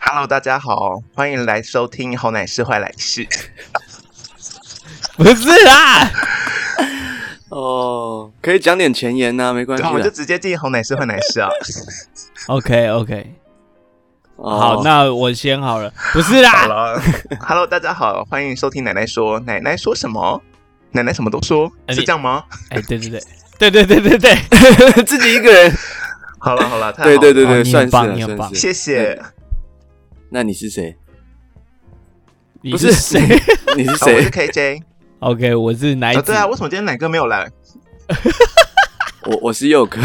Hello，大家好，欢迎来收听《好奶是坏奶事》。 不是啦，哦，可以讲点前言呐、没关系然后我啊就的。直接进《好奶是坏奶事》啊。 OK OK，哦 好，那我先 好了，不是好了啦，啊，Hello，大家好，欢迎收听奶奶说。奶奶说什么？奶奶什么都说，哎是这样吗？哎，对对对，对对对对对，自己一个人，好了好了，太好对了对对哦对，你算很是棒了，你很算棒是。谢谢。啊那你是谁？你不是是谁你是啊我是 谁？ KJ。 ？OK，我是奶啊，子对，啊，为什么今天奶哥没有来？我我是佑哥。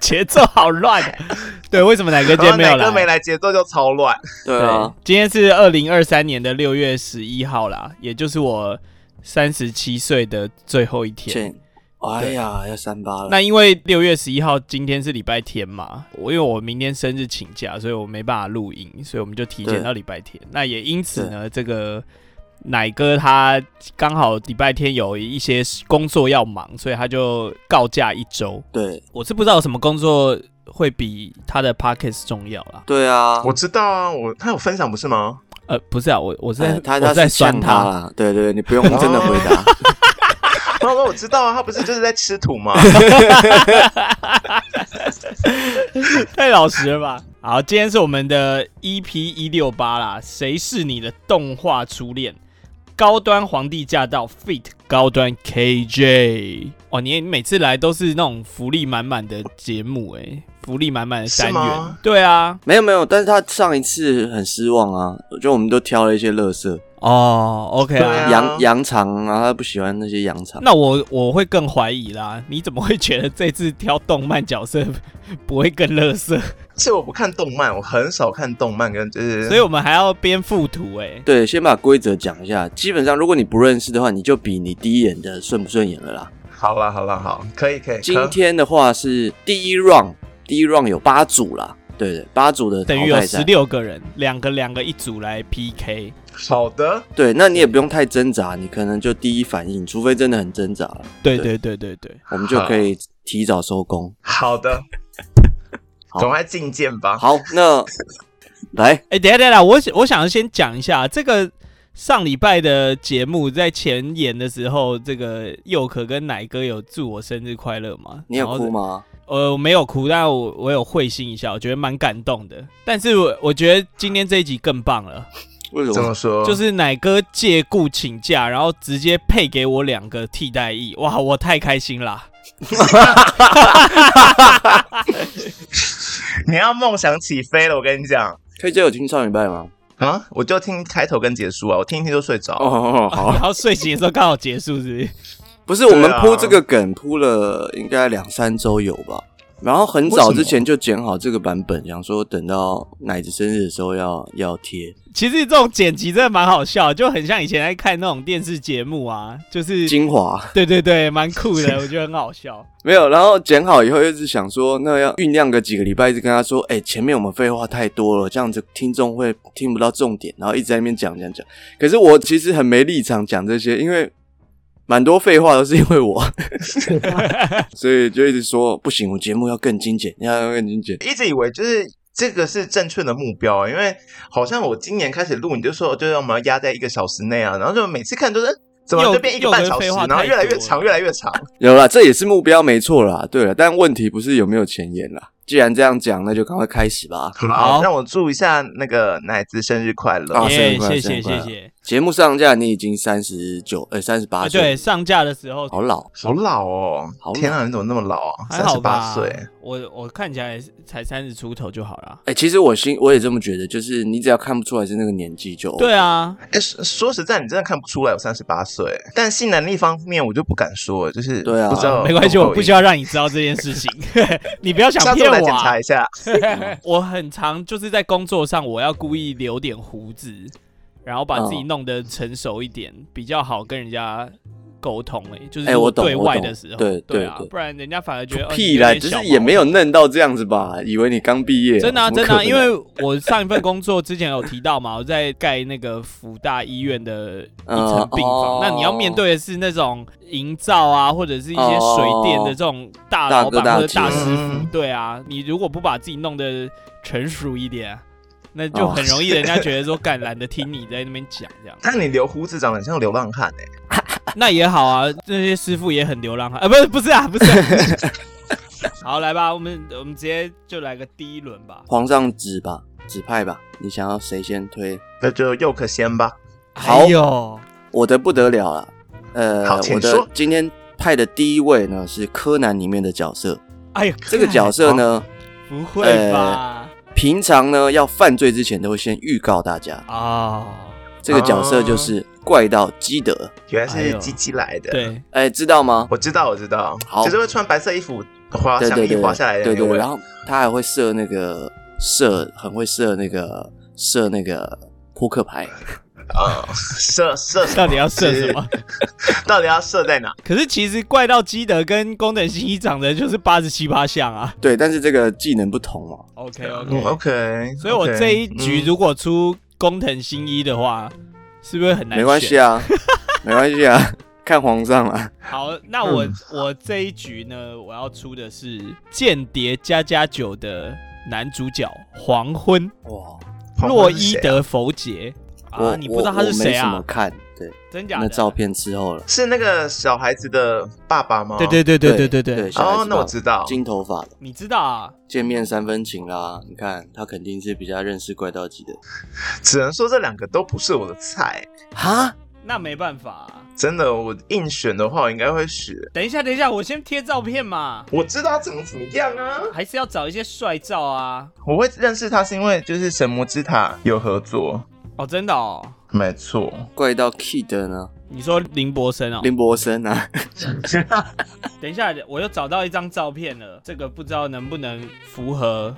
节奏好乱。 对，为什么奶哥今然后天没哦有奶哥来没？来，节奏就超乱。对对啊，，今天是二零二三年的六月十一号啦，也就是我三十七岁的最后一天。欠。哎呀，要三八了。那因为六月十一号今天是礼拜天嘛，我因为我明天生日请假，所以我没办法录音，所以我们就提前对到礼拜天。那也因此呢，这个奶哥他刚好礼拜天有一些工作要忙，所以他就告假一周。对我是不知道有什么工作会比他的 podcast 重要啦。对啊，我知道啊，我他有分享不是吗？呃，不是啊，我我是在、哎他我他在是酸劝他啦。对对对，你不用真的回 答。妈妈，我知道啊，他不是就是在吃土 吗？ 太老实了吧？好，今天是我们的 EP 一六八啦，谁是你的动画初恋？高端皇帝驾到，Fit 高端 KJ。哦，你你每次来都是那种福利满满的节目、欸，福利满满的单是元吗。对啊，没有没有，但是他上一次很失望啊，我觉得我们都挑了一些垃圾，哦，OK 对啊。啊羊羊肠啊，他不喜欢那些羊肠。那我我会更怀疑啦，你怎么会觉得这次挑动漫角色 不会更乐色？是我不看动漫，我很少看动漫，跟就是所以我们还要编附图哎、欸对，先把规则讲一下。基本上，如果你不认识的话，你就比你第一眼的顺不顺眼了啦。好啦好啦好，可以可以。今可天的话是第一 round，第一 round 有八组啦，对对，八组的淘等于有汰十赛。六个人，两个两个一组来 PK。好的，对，那嗯你也不用太挣扎，你可能就第一反应，除非真的很挣扎了，对对对对对对，我们就可以提早收工。好的，好赶快进见吧。好， 那来，哎、等一下等一下，我想我想先讲一下这个上礼拜的节目，在前言的时候，这个佑可跟奶哥有祝我生日快乐嘛？你有哭？吗？呃，我没有哭，但我我有会心一笑，我觉得蛮感动的。但是我我觉得今天这一集更棒了，为什怎么么？说？就是奶哥借故请假，然后直接配给我两个替代役，哇，我太开心啦！你要梦想起飞了，我跟你讲推荐有听上礼拜吗？啊！我就听开头跟结束啊，我听一听就睡着。哦，好，然后睡醒的时候刚好结束，是不是？不是我们对啊铺这个梗铺了应该两三周有吧，然后很早之前就剪好这个版本，想说等到奶子生日的时候要要贴。其实这种剪辑真的蛮好笑，就很像以前在看那种电视节目啊，就是精华对对对，蛮 酷的，我觉得很好笑。没有，然后剪好以后又是想说，那要酝酿个几个礼拜，一直跟他说，哎、前面我们废话太多了，这样子听众会听不到重点，然后一直在那边讲讲讲。可是我其实很没立场讲这些，因为蛮多废话都是因 为我，所以就一直说不行，我节目要更精简，要更精简。一直以为就是这个是正确的目标、啊因为好像我今年开始录，你就说就是我们要压在一个小时内啊，然后就每次看就是。怎么又就变一个半小时，又跟废话然后越来太越多长，了越来越长。有啦，这也是目标没错啦。对了，但问题不是有没有前言啦。既然这样讲，那就赶快开始吧。好让我祝一下那个奶子生日快乐。啊生耶、日快乐谢生谢日快谢乐谢。节目上架，你已经三十九，呃，三十八啊，岁，对，，上架的时候好老。好老哦！好老天啊，你怎么那么老啊？还三十好八吧？岁，我我看起来才三十出头就好啦。哎、其实我心我也这么觉得，就是你只要看不出来是那个年纪就对啊，哎，说说实在，你真的看不出来我三十八岁，但性能力方面我就不敢说，就是对啊不知道 没关系，够我够不硬需要让你知道这件 事情， 你不要想下次骗我来我检啊查！一下。哦我很常就是在工作上，我要故意留点胡子，然后把自己嗯弄得成熟一点，比较好跟人家沟通、欸。就是哎我懂对我外懂的时候，对对对啊对，不然人家反而觉得哦屁啦，你有点就小是毛也没有病嫩到这样子吧？以为你刚毕业，真的、啊、怎真么的啊、可能因为我上一份工作之前有提到嘛，我在盖那个福大医院的一层病房，嗯那你要面对的是那种营造啊，或者是一些水电的这种大大老哥板大或者大姐师傅嗯，对啊，你如果不把自己弄得成熟一点，那就很容易人家觉得说干懒得听你在那边讲这样。但你留胡子长得很像流浪汉哎、哦那也好啊，那些师傅也很流浪汉啊，不是不是啊， 不是啊好，来吧，我们我们直接就来个第一轮吧。皇上指吧，指派吧，你想要谁先推？那就佑可先吧。好哎呦，我的不得了了，呃，好请我的说今天派的第一位呢是柯南里面的角色，哎呦，这个角色哦呢，不会吧？平常呢要犯罪之前都会先预告大家，哦，这个角色就是怪盗基德，原哎来呦是鸡鸡来的，，对，哎，知道吗？我知道我知道，好就是会穿白色衣服滑对橡对皮对，滑下来的对那对，位然。后他还会射那个射，很会射那个射那个扑克牌，啊，射射 什么到底要射什？么？就是到底要射在哪？ 可是其实怪盗基德跟宫本信一长得就是八十七八像啊。对，但是这个技能不同嘛， OK 嗯 OK， ，OK。 嗯所以我这一局如果出工藤新一的话，是不是很难？没关系啊。啊，没关系啊， 看皇上啊，好，那我、嗯我这一局呢，我要出的是《间谍加加九》的男主角黄昏哇，洛伊德佛杰啊我啊，你不知道他是谁我没什么啊？看，对，真假那的？照片之后了，是那个小孩子的爸爸吗？对对对对对对对对，对小孩哦子，那我吧知道。金头发的，你知道啊？见面三分情啦，你看他肯定是比较认识怪盗基德，只能说这两个都不是我的菜。哈，那没办法啊、真的，我硬选的话，我应该会选。等一下，等一下，我先贴照片嘛，我知道他长怎么样啊！还是要找一些帅照啊？我会认识他是因为就是神魔之塔有合作，哦，真的哦。没错。怪盗 Kid 呢，你说林柏森哦？林柏森啊，等一下，我又找到一张照片了，这个不知道能不能符合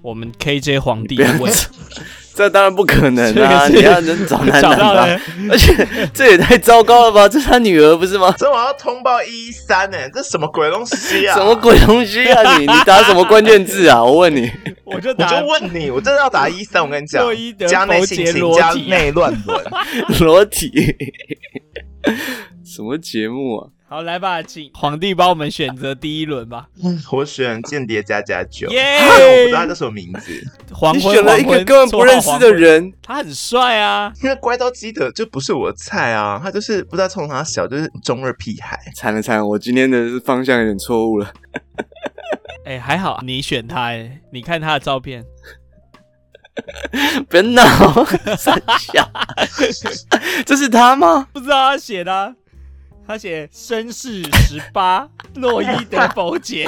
我们 KJ 皇帝的你不位要置。 这当然不可能啊，这个是你要能找男找男到吧了。，而且这也太糟糕了吧！这是他女儿不是吗？这我要通报一三呢，这什么鬼东西啊？ 什么？鬼东西啊你！你打什么关键字啊？我问你，我就我打就问你，我真的要打一三，我跟你讲洛伊德，加内伯性杰情裸加体内乱伦， 裸体，什么节目啊？好来吧，请皇帝帮我们选择第一轮吧。我选间谍加加九。耶但 我不知道他叫什么名字，黄你昏，选了一黄个昏根本不认识的，人，绰号黄昏他很帅啊！因为怪盗基德就不是我的菜啊，他就是不知道从哪小，就是中二屁孩。惨了惨了！我今天的方向有点错误了。哎、还好你选他、哎，你看他的照片，别闹，三小，这是他吗？不知道他写的啊、他写绅士十八，洛伊德伯杰，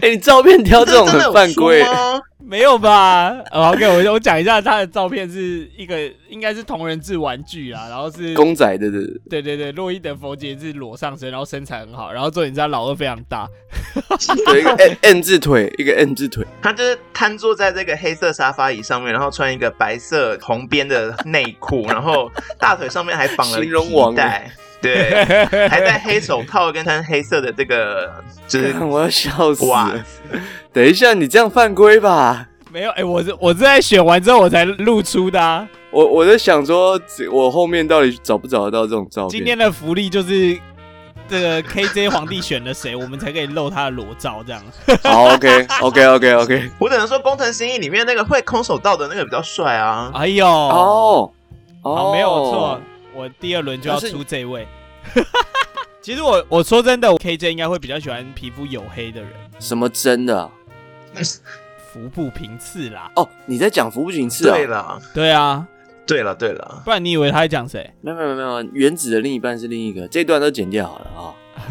哎、你照片挑这种真的很有犯规出。吗没有吧、哦、？OK，我我讲一下他的照片是一个应该是同人志玩具啊，然后是公仔的的对对对，洛伊德佛杰是裸上身，然后身材很好，然后重点是他老二非常大，对一个 N N 字腿，一个 N 字腿，他就是瘫坐在这个黑色沙发椅上面，然后穿一个白色红边的内裤，然后大腿上面还绑了 形容王皮带， 对，还戴黑手套跟穿黑色的这个就是看 我要笑死哇了。等一下，你这样犯规吧？没有哎、我是我是在选完之后我才露出的、啊。我我在想说，这我后面到底找不找得到这种照片？今天的福利就是这个 KJ 皇帝选了谁，我们才可以露他的裸照这样。好，OK OK OK OK。我只能说《工藤新一》里面那个会空手道的那个比较帅啊。哎呦，哦好哦，没有错，，我第二轮就要但是出这位。 其实我我说真的，KJ 应该会比较喜欢皮肤黝黑的人，什么真的啊？服部平次啦。哦，你在讲服部平次啊？对了，对啊，对了，对了，不然你以为他在讲谁？没有没有没有，原子的另一半是另一个，这段都剪掉好了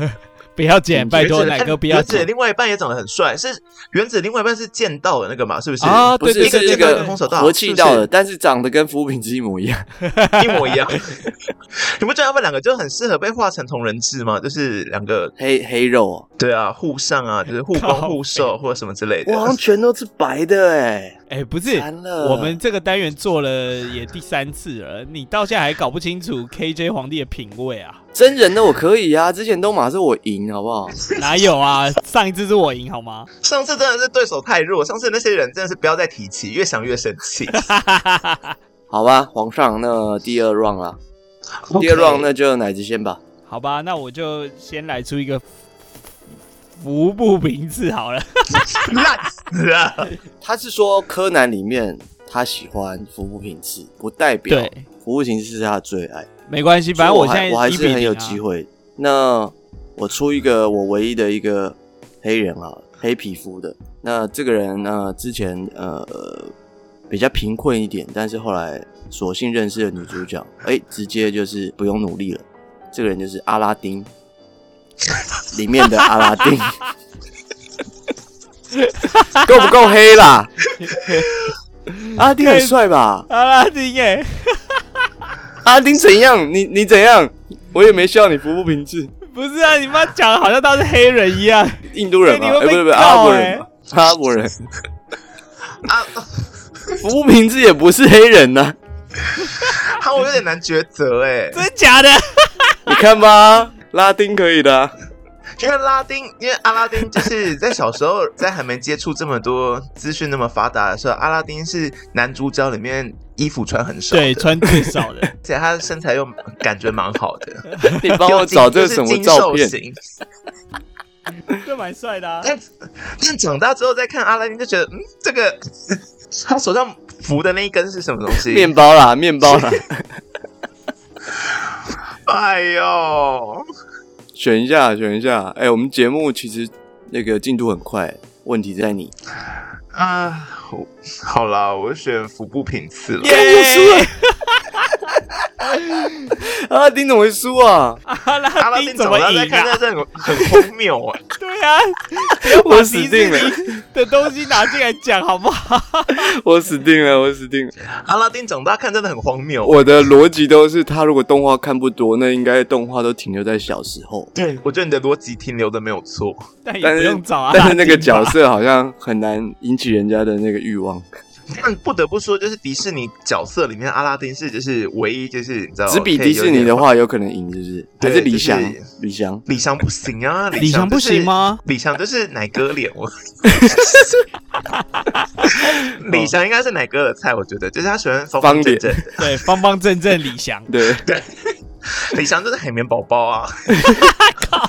啊、不要剪，拜托原子哎奶哥不要原子剪的另外一半也长得很帅，是原子另外一半是剑道的那个嘛？是不是？啊！不对是对是对那对这个对空手道和气道是的，不是但是长得跟服部平次一模一样。 一模一样。你不觉得他们两个就很适合被画成同人志吗？就是两个黑黑肉、哦，对啊，互上啊，就是互攻靠互受或者什么之类的。哇，全都是白的哎，哎、不是，完了，我们这个单元做了也第三次了，你到现在还搞不清楚 KJ 皇帝的品味 啊？真人的我可以啊，之前都马是我赢，好不好？哪有啊？上一次是我赢好吗？上次真的是对手太弱，上次那些人真的是不要再提起，越想越生气。 好吧，皇上，那第二 round 啦，第二 round 那就奶子先吧。好吧，那我就先来出一个服部平次好了。 烂死了。他是说柯南里面他喜欢服部平次，不代表对服部平次是他的最爱。没关系，反正所以现还在我还一比是零、啊、很有机会。那我出一个我唯一的一个黑人啊，黑皮肤的。那这个人呢，之前呃比较贫困一点，但是后来索性认识了女主角，哎、直接就是不用努力了。这个人就是阿拉 丁里面的阿拉丁，够不够黑啦？ 阿拉丁很帅吧？阿拉丁耶，阿拉丁怎样？你你怎样？我也没笑你服不平次。不是啊，你妈讲得好像他是黑人一 样。印度人嘛，哎你会被哎、不是不是告阿拉伯哎人嘛，阿拉伯人，啊，服务平字也不是黑 人呐、好，我有点难抉择哎，真假的？你看吧，拉丁可以的啊、因为拉丁，因为阿拉丁就是在小时候，在还没接触这么多资讯那么发达的时候，阿拉丁是男主角里面衣服穿很少，对，，穿最少的。而且他的身材又感觉蛮好的。 你帮我找这是什么照片就是？精瘦型这蛮帅的、啊。哎但但哎长大之后再看阿拉丁，就觉得嗯，这个他手上扶的那一根是什么东西？面包啦，面包啦，哎呦，选一下，选一下。哎、我们节目其实那个进度很快，问题在你。啊，我好啦，我选服部平次了。我输了。阿拉丁怎么会输啊？阿阿拉拉丁丁怎长么大再赢看啊在？这很很荒谬哎、对 啊，我死定了，的东西拿进来讲好不好？我死定了，我死定了。阿拉丁长大看真的很荒谬。啊我的逻辑都是，他如果动画看不多，那应该动画都停留在小时候。 对，我觉得你的逻辑停留的没有错。但也但不是用找啊。但是那个角色好像很难引起人家的那个欲望，但不得不说，就是迪士尼角色里面，阿拉丁是就是唯一就是你知道，只比可以迪有士尼的点哦话有可能赢，是不是？还对是李翔就是？李翔，李翔不行啊，李翔翔不就是行？吗？李翔就是奶哥脸，我。李翔应该是奶哥的菜，我觉得，就是他喜欢方方方脸，正正的。对，方方正正李翔对，李翔就是海绵宝宝啊，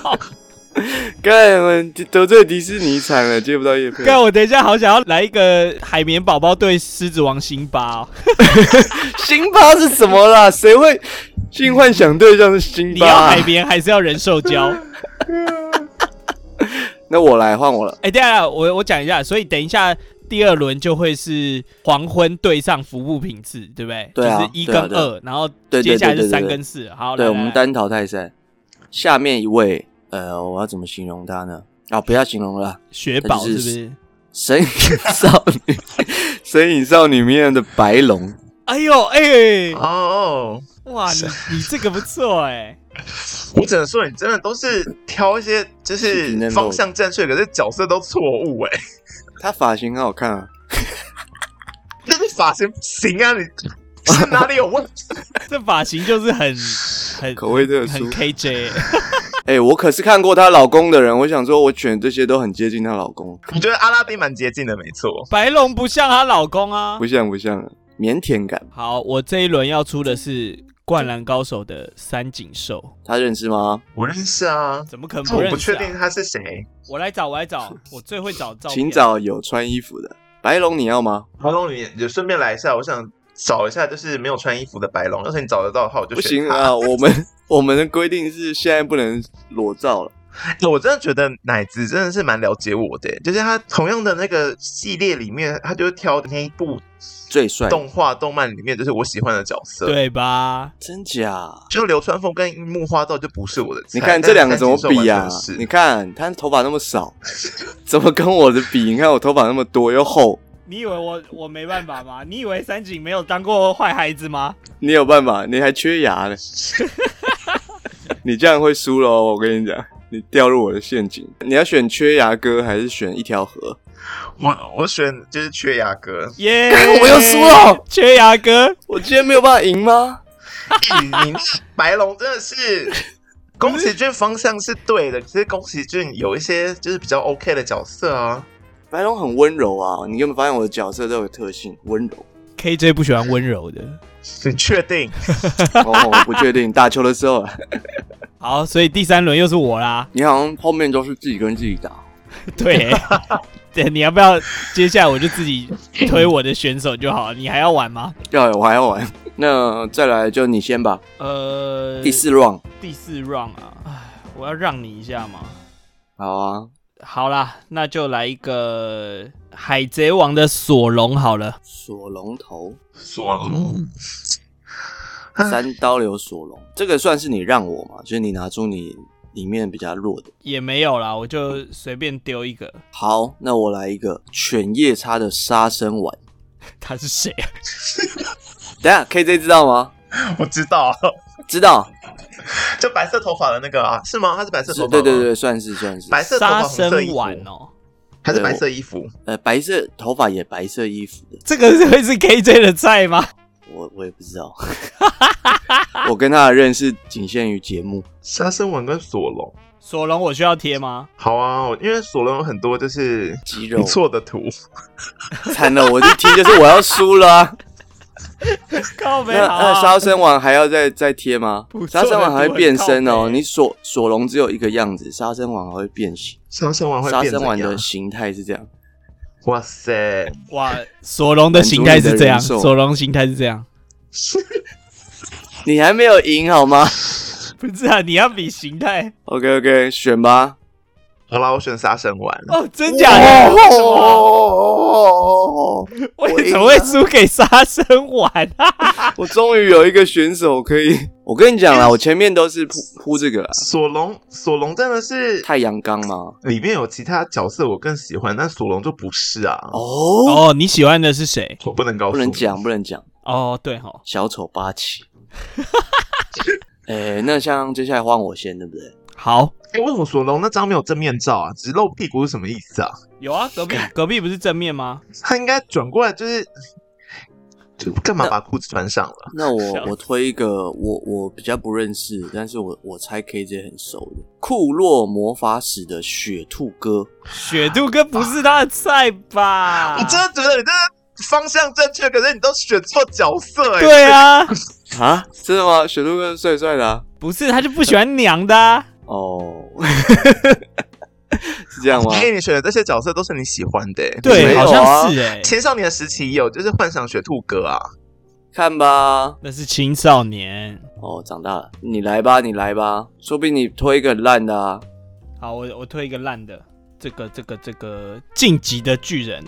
干我们得罪迪士尼惨了，接不到叶配。看我等一下好想要来一个海绵宝宝对狮子王辛巴哦，辛巴是什么啦？谁会性幻想对象是辛你巴要啊、海绵还是要人兽交？那我来换我了。哎、等一下我我讲一下，所以等一下第二轮就会是黄昏对上服部品质，对不对？对啊就是一对跟啊对啊二，然后对对接下来对是对对三对跟四。好，对，来我们来单淘汰赛，下面一位，呃，我要怎么形容他呢？啊，不要形容了啦，雪宝就是是不是？神隐少 女，神隐少女里面的白龙，哎呦哎、啊哦，哇，你你这个不错哎、我只能说你真的都是挑一些就细皮嫩是肉方向正确，可是角色都错误哎、他发型很好看啊。那个发型不行啊，你是哪里有问题？这发型就是很很口味特殊很 KJ，哎、我可是看过她老公的人，我想说，我选这些都很接近她老公，我觉得阿拉丁蛮接近的，没错。白龙不像她老公啊不。像不像腼腆感，好，我这一轮要出的是《灌篮高手》的三井寿，他认识吗？我认识啊，怎么可能但不我认不识、确啊？定他是谁。我来找，我来找，我最会找照片。请找有穿衣服的白龙，你要吗？白龙，你也顺便来一下，我想找一下，就是没有穿衣服的白龙。要是你找得到的话，我就不选行他。啊，我们我们的规定是现在不能裸照了。我真的觉得奶子真的是蛮了解我的，欸就是他同样的那个系列里面，他就挑那一部最帅，动画、动漫里面就是我喜欢的角色。，对吧？真假？就流川枫跟樱木花道就不是我的菜。你看这两个但是怎么三井比啊寿完全是？你看他头发那么少，怎么跟我的比？你看我头发那么多又厚，你以为我我没办法吗？ 你以为三井没有当过坏孩子 吗？你有办法？你还缺牙呢，你这样会输喽！我跟你讲，你掉入我的陷阱。你要选缺牙哥还是选一条河？我我选就是缺牙哥。耶、哎我又输了，缺牙哥，我今天没有办法赢吗？你白龙真的 是宫崎骏方向是对的，可是宫崎骏有一些就是比较 OK 的角色啊。白龙很温柔啊，你有没有发现我的角色都有特性？温 柔 KJ 不喜欢温柔的。你确定？哦，我不确定打球的时候啊，好，所以第三轮又是我啦。 你好像后面都是自己跟自己打。对，对，你要不要接下来我就自己推我的选手就好？你还要玩吗？要我还要玩，那再来就你先吧。 呃，第四 round，第四 round 啊，唉我要让你一下嘛。好啊，好啦，那就来一个海贼王的索隆好了。锁龙头，索隆，啊三刀流锁龙，这个算是你让我嘛？就是你拿出你里面比较弱的。也没有啦，我就随便丢一个。好，那我来一个犬夜叉的杀生丸。 他是谁啊？等一下 KJ 知道吗？我知道，知道，就白色头发的那个啊，是吗？他是白色头是发，对对，对，算是算是。白色头发红杀色衣服生丸哦，还是白色衣服？呃，白色头发也白色衣服的，这个是会是 KJ 的菜吗？我我也不知道。我跟他的认识仅限于节目。杀生丸跟索隆， 索隆我需要贴吗？好啊，我因为索隆有很多就是肌肉不错的图，惨了，我一听就是我要输了、 啊。靠那呃北好那啊杀生丸还要再再贴吗不？错杀的生丸还会变身图很靠哦。北你索索隆只有一个样子，杀生丸还会变形。杀生丸会杀变生怎丸样的？形态是这样，哇塞， 哇，索隆的形态是这样，满足你的忍受索隆形态是这样，你还没有赢好吗不是啊？你要比形态？OK OK，选吧。好啦，我选杀生丸。哦，真假的？为什么哦，为什么会输给杀生丸啊？我终于有一个选手可以。我跟你讲啦，我前面都是铺铺这个啦，索隆，索隆真的是太阳刚嘛。里面有其他角色我更喜欢，但索隆就不是啊。哦，哦，你喜欢的是谁？我不能告诉不你能讲，不能讲，哦，对哈，小丑八旗。 哎、那像接下来换我先，对不对？好，哎、为什么索隆那张没有正面照啊？只露屁股是什么意思啊？有啊，隔壁隔壁不是正面吗？他应该转过来就是，就干嘛把裤子穿上了？那 笑我我推一个我我比较不认识，但是我我猜 KJ 很熟的《库洛魔法使》的雪兔哥，雪兔哥不是他的菜吧？我真的觉得你这个方向正确，可是你都选错角色哎、对啊，啊，真的吗？雪兔哥帅帅的、啊、不是他就不喜欢娘的啊。哦， 是这样 吗？因为你选的这些角色都是你喜欢的、欸。对，没有好啊像是哎，青少年时期有，就是幻想雪兔哥啊，看吧，那是青少年。哦，长大了，你来吧，你来吧，说不定你推一个很烂的啊。好，我我推一个烂的，这个这个这个晋级的巨人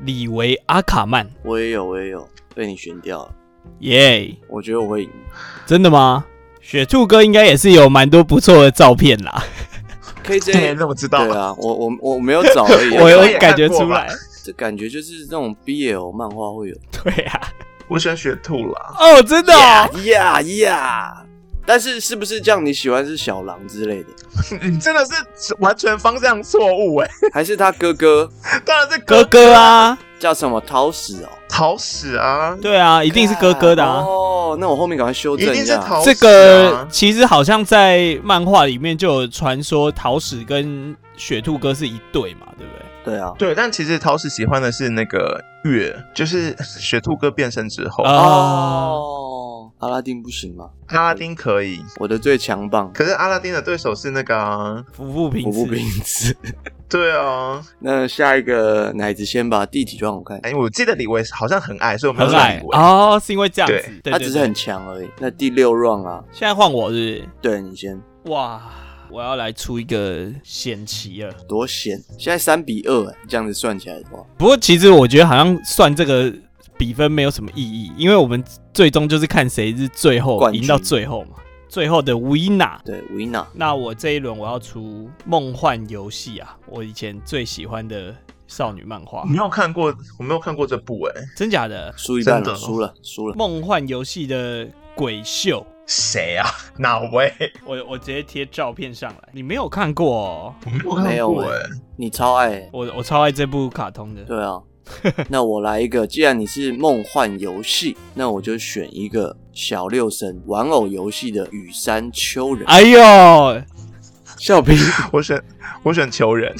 李维阿卡曼，我也有，我也有，被你选掉了，耶、我觉得我会赢。真的吗？雪兔哥应该也是有蛮多不错的照片啦，对， KJ，哎那我知道对了。啊，我我我没有找而已 啊，我有我也看感觉过出吧来。这感觉就是那种 BL 漫画会有。对啊，我选雪兔啦， 哦，真的、哦呀呀！但是是不是这样？你喜欢是小狼之类的，你真的是完全方向错误哎！还是他哥哥 当然是哥哥啊，叫什么桃矢哦？桃矢啊，对啊，一定是哥哥的啊。哦，那我后面赶快修一正定是下。桃矢、啊。这个其实好像在漫画里面就有传说，桃矢跟雪兔哥是一对嘛，对不对？对啊，对，但其实桃矢喜欢的是那个月，就是雪兔哥变身之后，啊哦，阿拉丁不行吗？阿拉丁可以。我的最强棒，可是阿拉丁的对手是那个、啊，服部我平不次，平次。对啊，那下一个奶子先把第几让我看，哎，我记得李维好像很矮，所以我没有很选矮李维。哦，是因为这样子，对对对他只是很对强而已。那第六 round 啊，现在换我是对你先不是哇，我要来出一个险棋了。多险，现在三比二，哎这样子算起来的话，不过其实我觉得好像算这个比分没有什么意义，因为我们最终就是看谁是最后冠军赢到最后嘛，最后的 winner。对维娜那我这一轮我要出《梦幻游戏》啊，我以前最喜欢的少女漫画我，没有看过，我没有看过这部哎、真假的？输一半真的了，哦输了，输《了。梦幻游戏》的鬼秀，谁啊？ 哪位？我我直接贴照片上来，你没有看过哦，我没有没看有过哎、哎你超爱、哎我我超爱这部卡通的。对啊， 那我来一个，既然你是梦幻游戏，那我就选一个小六神玩偶游戏的羽山啊丘人。哎呦，笑平，我选我选求人，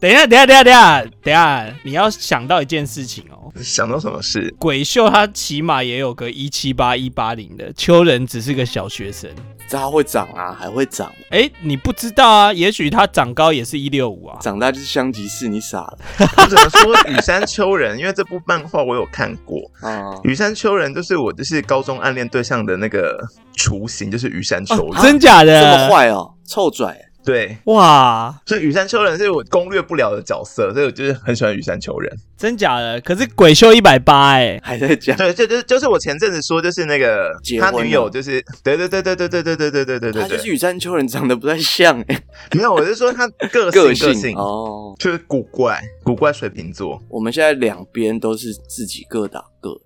等一下，等一下，等一下，等一下，等一下，你要想到一件事情哦，想到什么事？鬼秀他起码也有个一七八一八零的，秋人只是个小学生。这它会长啊，还会长，哎、你不知道啊，也许他长高也是一六五啊。长大就是香吉士，你傻了 我只能说羽山秋人，因为这部漫画我有看过。啊！羽山秋人就是我就是高中暗恋对象的那个雏形，就是羽山秋人。哦真假的？啊这么坏哦，臭拽。对，哇，所以羽山秋人是我攻略不了的角色，所以我就是很喜欢羽山秋人。真假的？可是鬼秀一百八哎，还在讲，对，就就就是我前阵子说，就是那个结他婚女了友，就是对对对对对对对对对对对他对就是对，羽山丘人，长得不太像哎、没有，我是说他个性个个性性哦。就是古怪古怪水瓶座，我们现在两边都是自己各打各，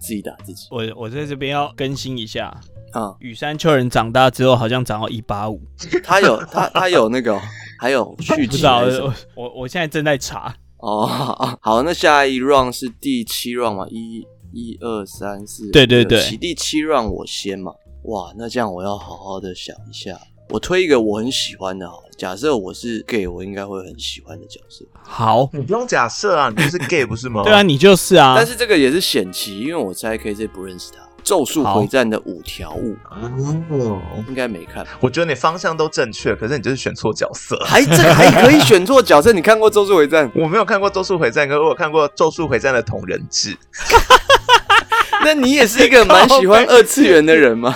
自己打自己我我在这边要更新一下，啊。羽山丘人长大之后好像长到一八五，他有他他有那个哦， 还有续不知集道还是什么我我我现在正在查，哦。好，那下一 round 是第七 round 嘛？一一二三四，对对五六对七第七 round 我先嘛。哇，那这样我要好好的想一下。我推一个我很喜欢的好了，假设我是 gay，我应该会很喜欢的角色。好，你不用假设啊，你就是 gay 不是吗？对啊，，你就是啊，但是这个也是险棋，因为我猜 KZ 不认识他。《咒术回战》的五条悟哦，应该没看，我觉得你方向都正确，可是你就是选错角色。？还这个还可以选错角色。你看过《咒术回战》我没有看过《咒术回战》，可是我有看过《咒术回战》的同人志。那你也是一个蛮喜欢二次元的人吗？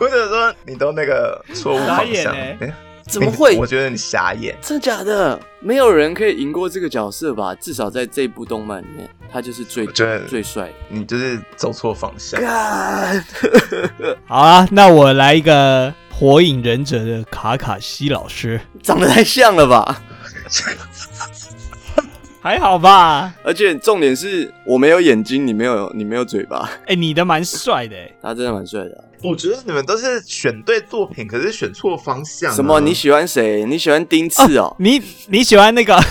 我只能说你都那个错误傻方眼向，欸哎 怎么会你我？觉得你傻眼。真假的？没有人可以赢过这个角色吧？至少在这部动漫里面，他就是最我觉得最帅的。你就是走错方向，干，好啊，那我来一个火影忍者的卡卡西老师，长得太像了吧？还好吧？而且重点是我没有眼睛，你没有你没有嘴巴，哎、你的蛮帅的、欸，他真的蛮帅的啊、我觉得你们都是选对作品，可是选错方向啊、什么？你喜欢谁？你喜欢丁次哦？你你喜欢那个？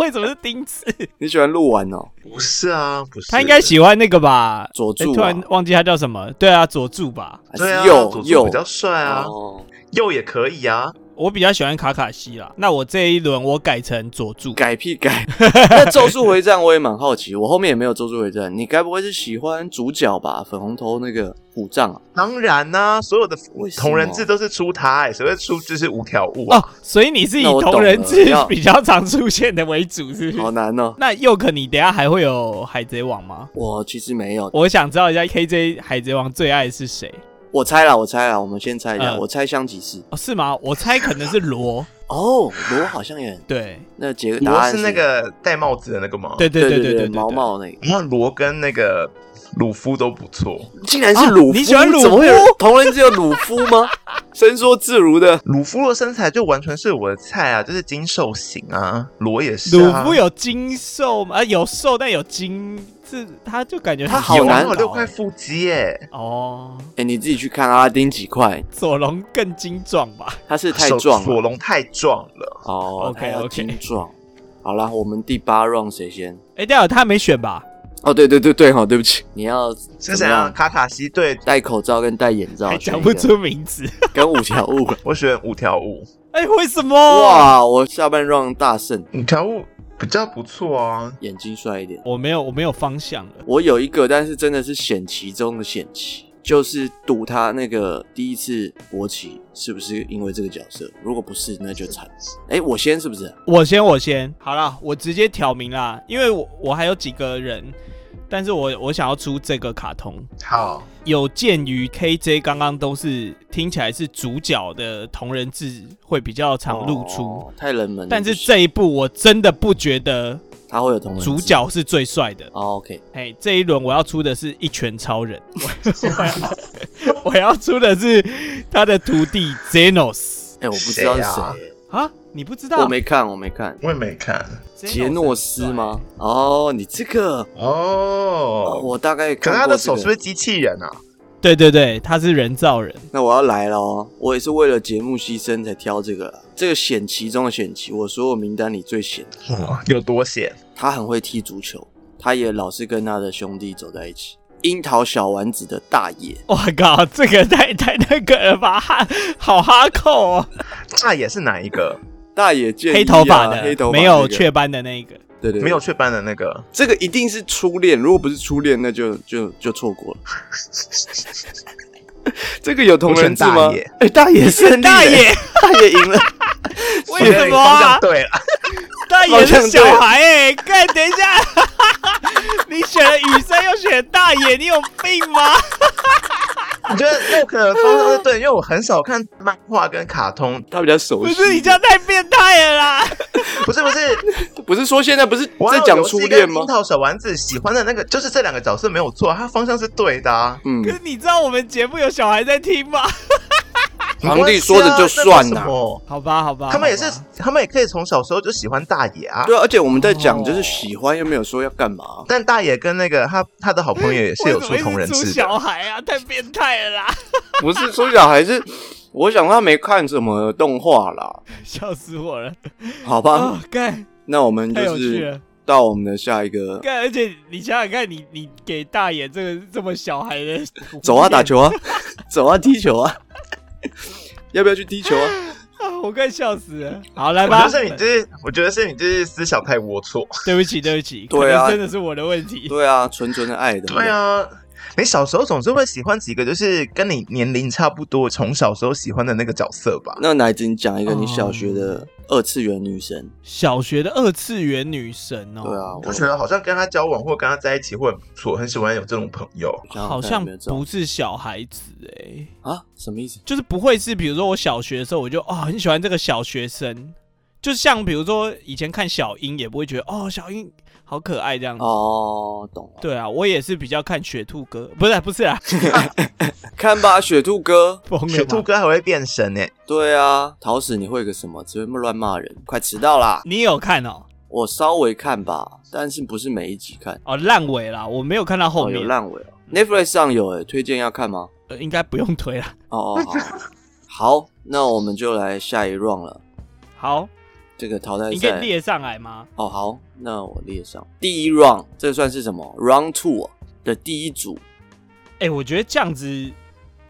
为什么是丁次？你喜欢鹿丸哦？不是啊？不是，他应该喜欢那个吧？佐哎助、啊突然忘记他叫什么？对啊，佐助吧。还对啊，是右佐助右比较帅啊，哦，右也可以啊。我比较喜欢卡卡西啦。那我这一轮我改成佐助。改屁改！ 那《咒术回战》我也蛮好奇，我后面也没有《咒术回战》，你该不会是喜欢主角吧？粉红头那个虎杖啊？当然呢、所有的为什么同人志都是出他、欸，谁会出就是五条悟啊？哦，所以你是以那我懂同人了志要比较常出现的为主，是不好是？难哦！那佑可，你等一下还会有海贼王吗？我其实没有，我想知道一下 KJ 海贼王最爱的是谁？我猜啦，我猜啦，我们先猜一下，嗯我猜香吉士。哦，是吗？我猜可能是罗。哦，罗好像也很对，那结果答罗案是那个戴帽子的那个吗？对，对哦对对对对对，毛。毛那个，那罗跟那个鲁夫都不错，竟然是鲁夫？啊你喜欢鲁夫怎么会有同人只有鲁夫 吗？伸缩自如的鲁夫的身材就完全是我的菜啊，就是精瘦型啊，罗也是、鲁啊。夫有精瘦吗？啊，有瘦但有精，这他就感觉他很好难难欸有啊搞六块腹肌欸耶，哦。哎、你自己去看阿拉丁几块，佐龙更精壮吧？他是太手壮了索隆太壮了，哦 OK，他要 OK 精壮。好啦，我们第八 round 谁先？哎、对了，他没选吧？哦，对对对对，哈，对不起，你要是啊怎怎么样样？卡卡西对戴口罩跟戴眼罩还哦选一讲个，不出名字。跟五条悟。我选五条悟，哎、为什么？！哇，我下半 round 大胜，五条悟比较不错啊。眼睛帅一点。我没有，我没有方向了。我有一个，但是真的是险棋中的险棋，就是赌他那个第一次勃起是不是因为这个角色，如果不是，那就惨。哎，我先是不是？我先，我先，好啦，我直接挑明啦，因为我我还有几个人，但是我我想要出这个卡通。好，有鉴于 KJ 刚刚都是听起来是主角的同人志会比较常露出，哦太冷门了。但是不行这一部我真的不觉得他会有同人主志角是最帅的。哦，OK，哎，这一轮我要出的是一拳超人，我要 我要出的是他的徒弟 Zenos 哎，我不知道谁是啊谁，啊，你不知道？我没看，我没看。我也没看 Zenos 杰诺斯吗？哦，你这个哦，哦。我大概可看是他过、这的手是不个是机器人啊？很帅？对对对，他是人造人。 那我要来了哦，我也是为了节目牺牲才挑这个啦。这个险棋中的险棋，我所有名单里最险。 有多险？他很会踢足球，他也老是跟他的兄弟走在一起。樱桃小丸子的大爷，我靠，这个太太那个了吧，哈好哈扣哦！那也是哪一个？大野健一啊黑头发的，黑头发没有那个雀斑的那一个。对对，没有雀斑的那个，这个一定是初恋，如果不是初恋，那就就就错过了。 这个有同人志我选吗大野？哎、大野胜利了，大 野大野赢了，为什么方啊向？对了，大野是小孩哎、看，等一下， 你选了雨山又选大野，你有病吗？我觉得那可能方向是对，因为我很少看漫画跟卡通，他比较熟不悉。是你这样太变态了啦！不是不是，不是说现在不是我在讲初恋吗樱？桃小丸子喜欢的那个，就是这两个角色没有错，它方向是对的啊。嗯可，是你知道我们节目有小孩在听吗？皇帝说的就算了、啦好吧，好吧，他们也是好吧，他们也可以从小时候就喜欢大野啊。对啊，而且我们在讲就是喜欢，又没有说要干嘛。但大野跟那个他他的好朋友也是有出同人我怎么一直志出的，小孩啊，太变态了啦！ 不是说小孩是，我想他没看什么动画啦， 笑死我了！好啊吧？，干那我们太有就趣是了！到我们的下一个，干，而且你想想看，你你给大野这个这么小孩的图片，走啊，打球啊， 走啊，踢球啊，要不要去踢球啊？啊，我快笑死了！好，来我觉吧得，是你就是我觉得是你就是思想太龌龊。 对不起，对不起，对啊可能真的是我的问题。对啊，纯纯的爱的。对，啊，你小时候总是会喜欢几个就是跟你年龄差不多，从小时候喜欢的那个角色吧？那奶子，你讲一个你小学的二次元女神。小学的二次元女神哦，对啊，我觉得好像跟他交往或跟他在一起会很不错，很喜欢有这种朋友。想好想看有像没有这种不是小孩子哎、啊，什么意思？就是不会是，比如说我小学的时候，我就哦很喜欢这个小学生，就像比如说以前看小樱，也不会觉得哦小樱好可爱这样子。哦，懂了。对啊，我也是比较看雪兔哥，不是不是啊， 看吧，雪兔哥。疯了吧雪兔，哥还会变欸身呢、对啊，桃矢你会个什么？只会乱骂人，快迟到啦！你有看哦？我稍微看吧，但是不是每一集看。哦烂尾啦，我没有看到后哦，面有，烂尾哦。Netflix 上有诶、推荐要看吗？呃应该不用推了。哦哦，好，好，那我们就来下一 round 了。好，这个淘汰你可以赛列上来吗？哦，好，那我列上第一 round，这算是什么？round two 哦的第一组，哎、我觉得这样子，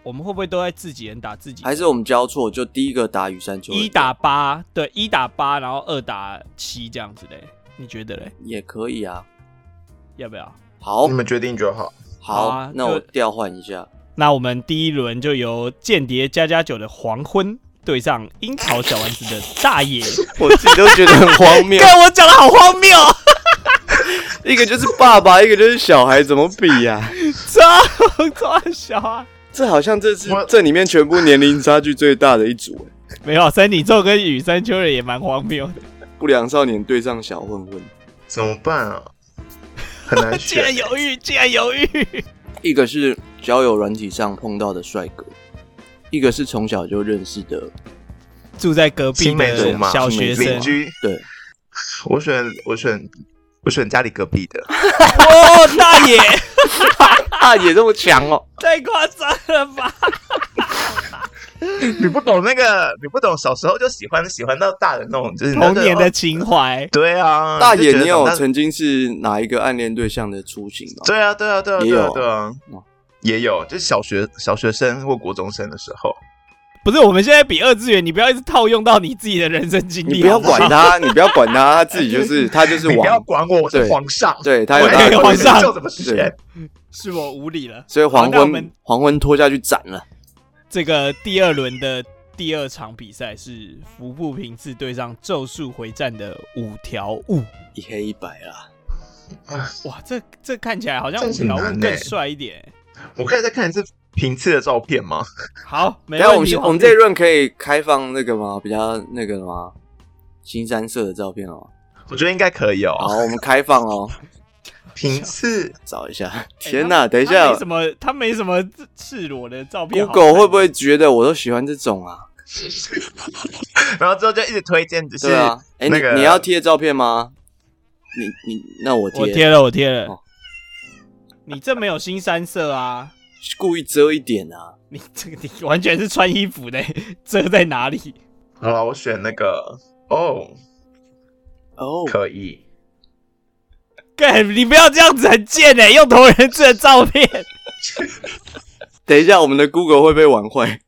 我们会不会都在自己人打自己人？还是我们交错？就第一个打羽山球，一打八，对，一打八，然后二打七这样子嘞？你觉得嘞？也可以啊。要不要？好哦你，们决定就好。好好，啊那就我调换一下。那我们第一轮就由间谍加加九的黄昏对上樱桃小丸子的大野。 我自己都觉得很荒谬看我讲的好荒谬，啊一个就是爸爸，一个就是小孩，怎么比呀、 超超小啊！这好像这是我这里面全部年龄差距最大的一组欸，没有，啊三井寿跟羽山秋人也蛮荒谬的，不良少年对上小混混，怎么办啊？很难 竟然选。犹豫，竟然犹豫。一个是交友软体上碰到的帅哥，一个是从小就认识的， 住在隔壁青梅竹的马小学青梅生邻，居，对，我选我选我选家里隔壁的。 哦，大野啊也这么强哦， 太夸张了吧？你不懂那个，你不懂小时候就喜欢喜欢到大人那种，就是童年的哦情怀。对啊，大就野觉得你有长大曾经是哪一个暗恋对象的雏形吗？对啊，对啊，对啊，也对啊有，对啊哦，也有，就是小学小学生或国中生的时候，不是，我们现在比二次元，你不要一直套用到你自己的人生经历。你不要好好管他，你不要管他，他自哎己就是他就是你不要王，管我，我是对皇上，对他有我他那对个的皇上就怎么选对？是我无理了。所以好黄那我们昏黄昏拖下去斩了，这个第二轮的第二场比赛是服部平次对上《咒术回战》的五条悟。一黑一白啦，哇，这这看起来好像这五很条悟难更欸帅一点。我可以再看一次平次的照片吗？好，没等一下我问们题。先我们这一轮可以开放那个吗？比较那个吗？新三色的照片哦，我觉得应该可以好，哦。我们开放哦。平次，找一下。哎 天他哪，等一他下没什么，他没什么赤裸的照片好看。 ，Google 会不会觉得我都喜欢这种啊？然后之后就一直推荐，就是对啊，哎，那个你你要贴照片吗？你你那我我贴，贴了，我贴了。哦你这没有新三色啊！故意遮一点啊。你这个你完全是穿衣服的，遮在哪里？好了，我选那个哦，哦，可以。干，你不要这样子，很贱哎！用同人志的照片，等一下，我们的 Google 会被玩坏。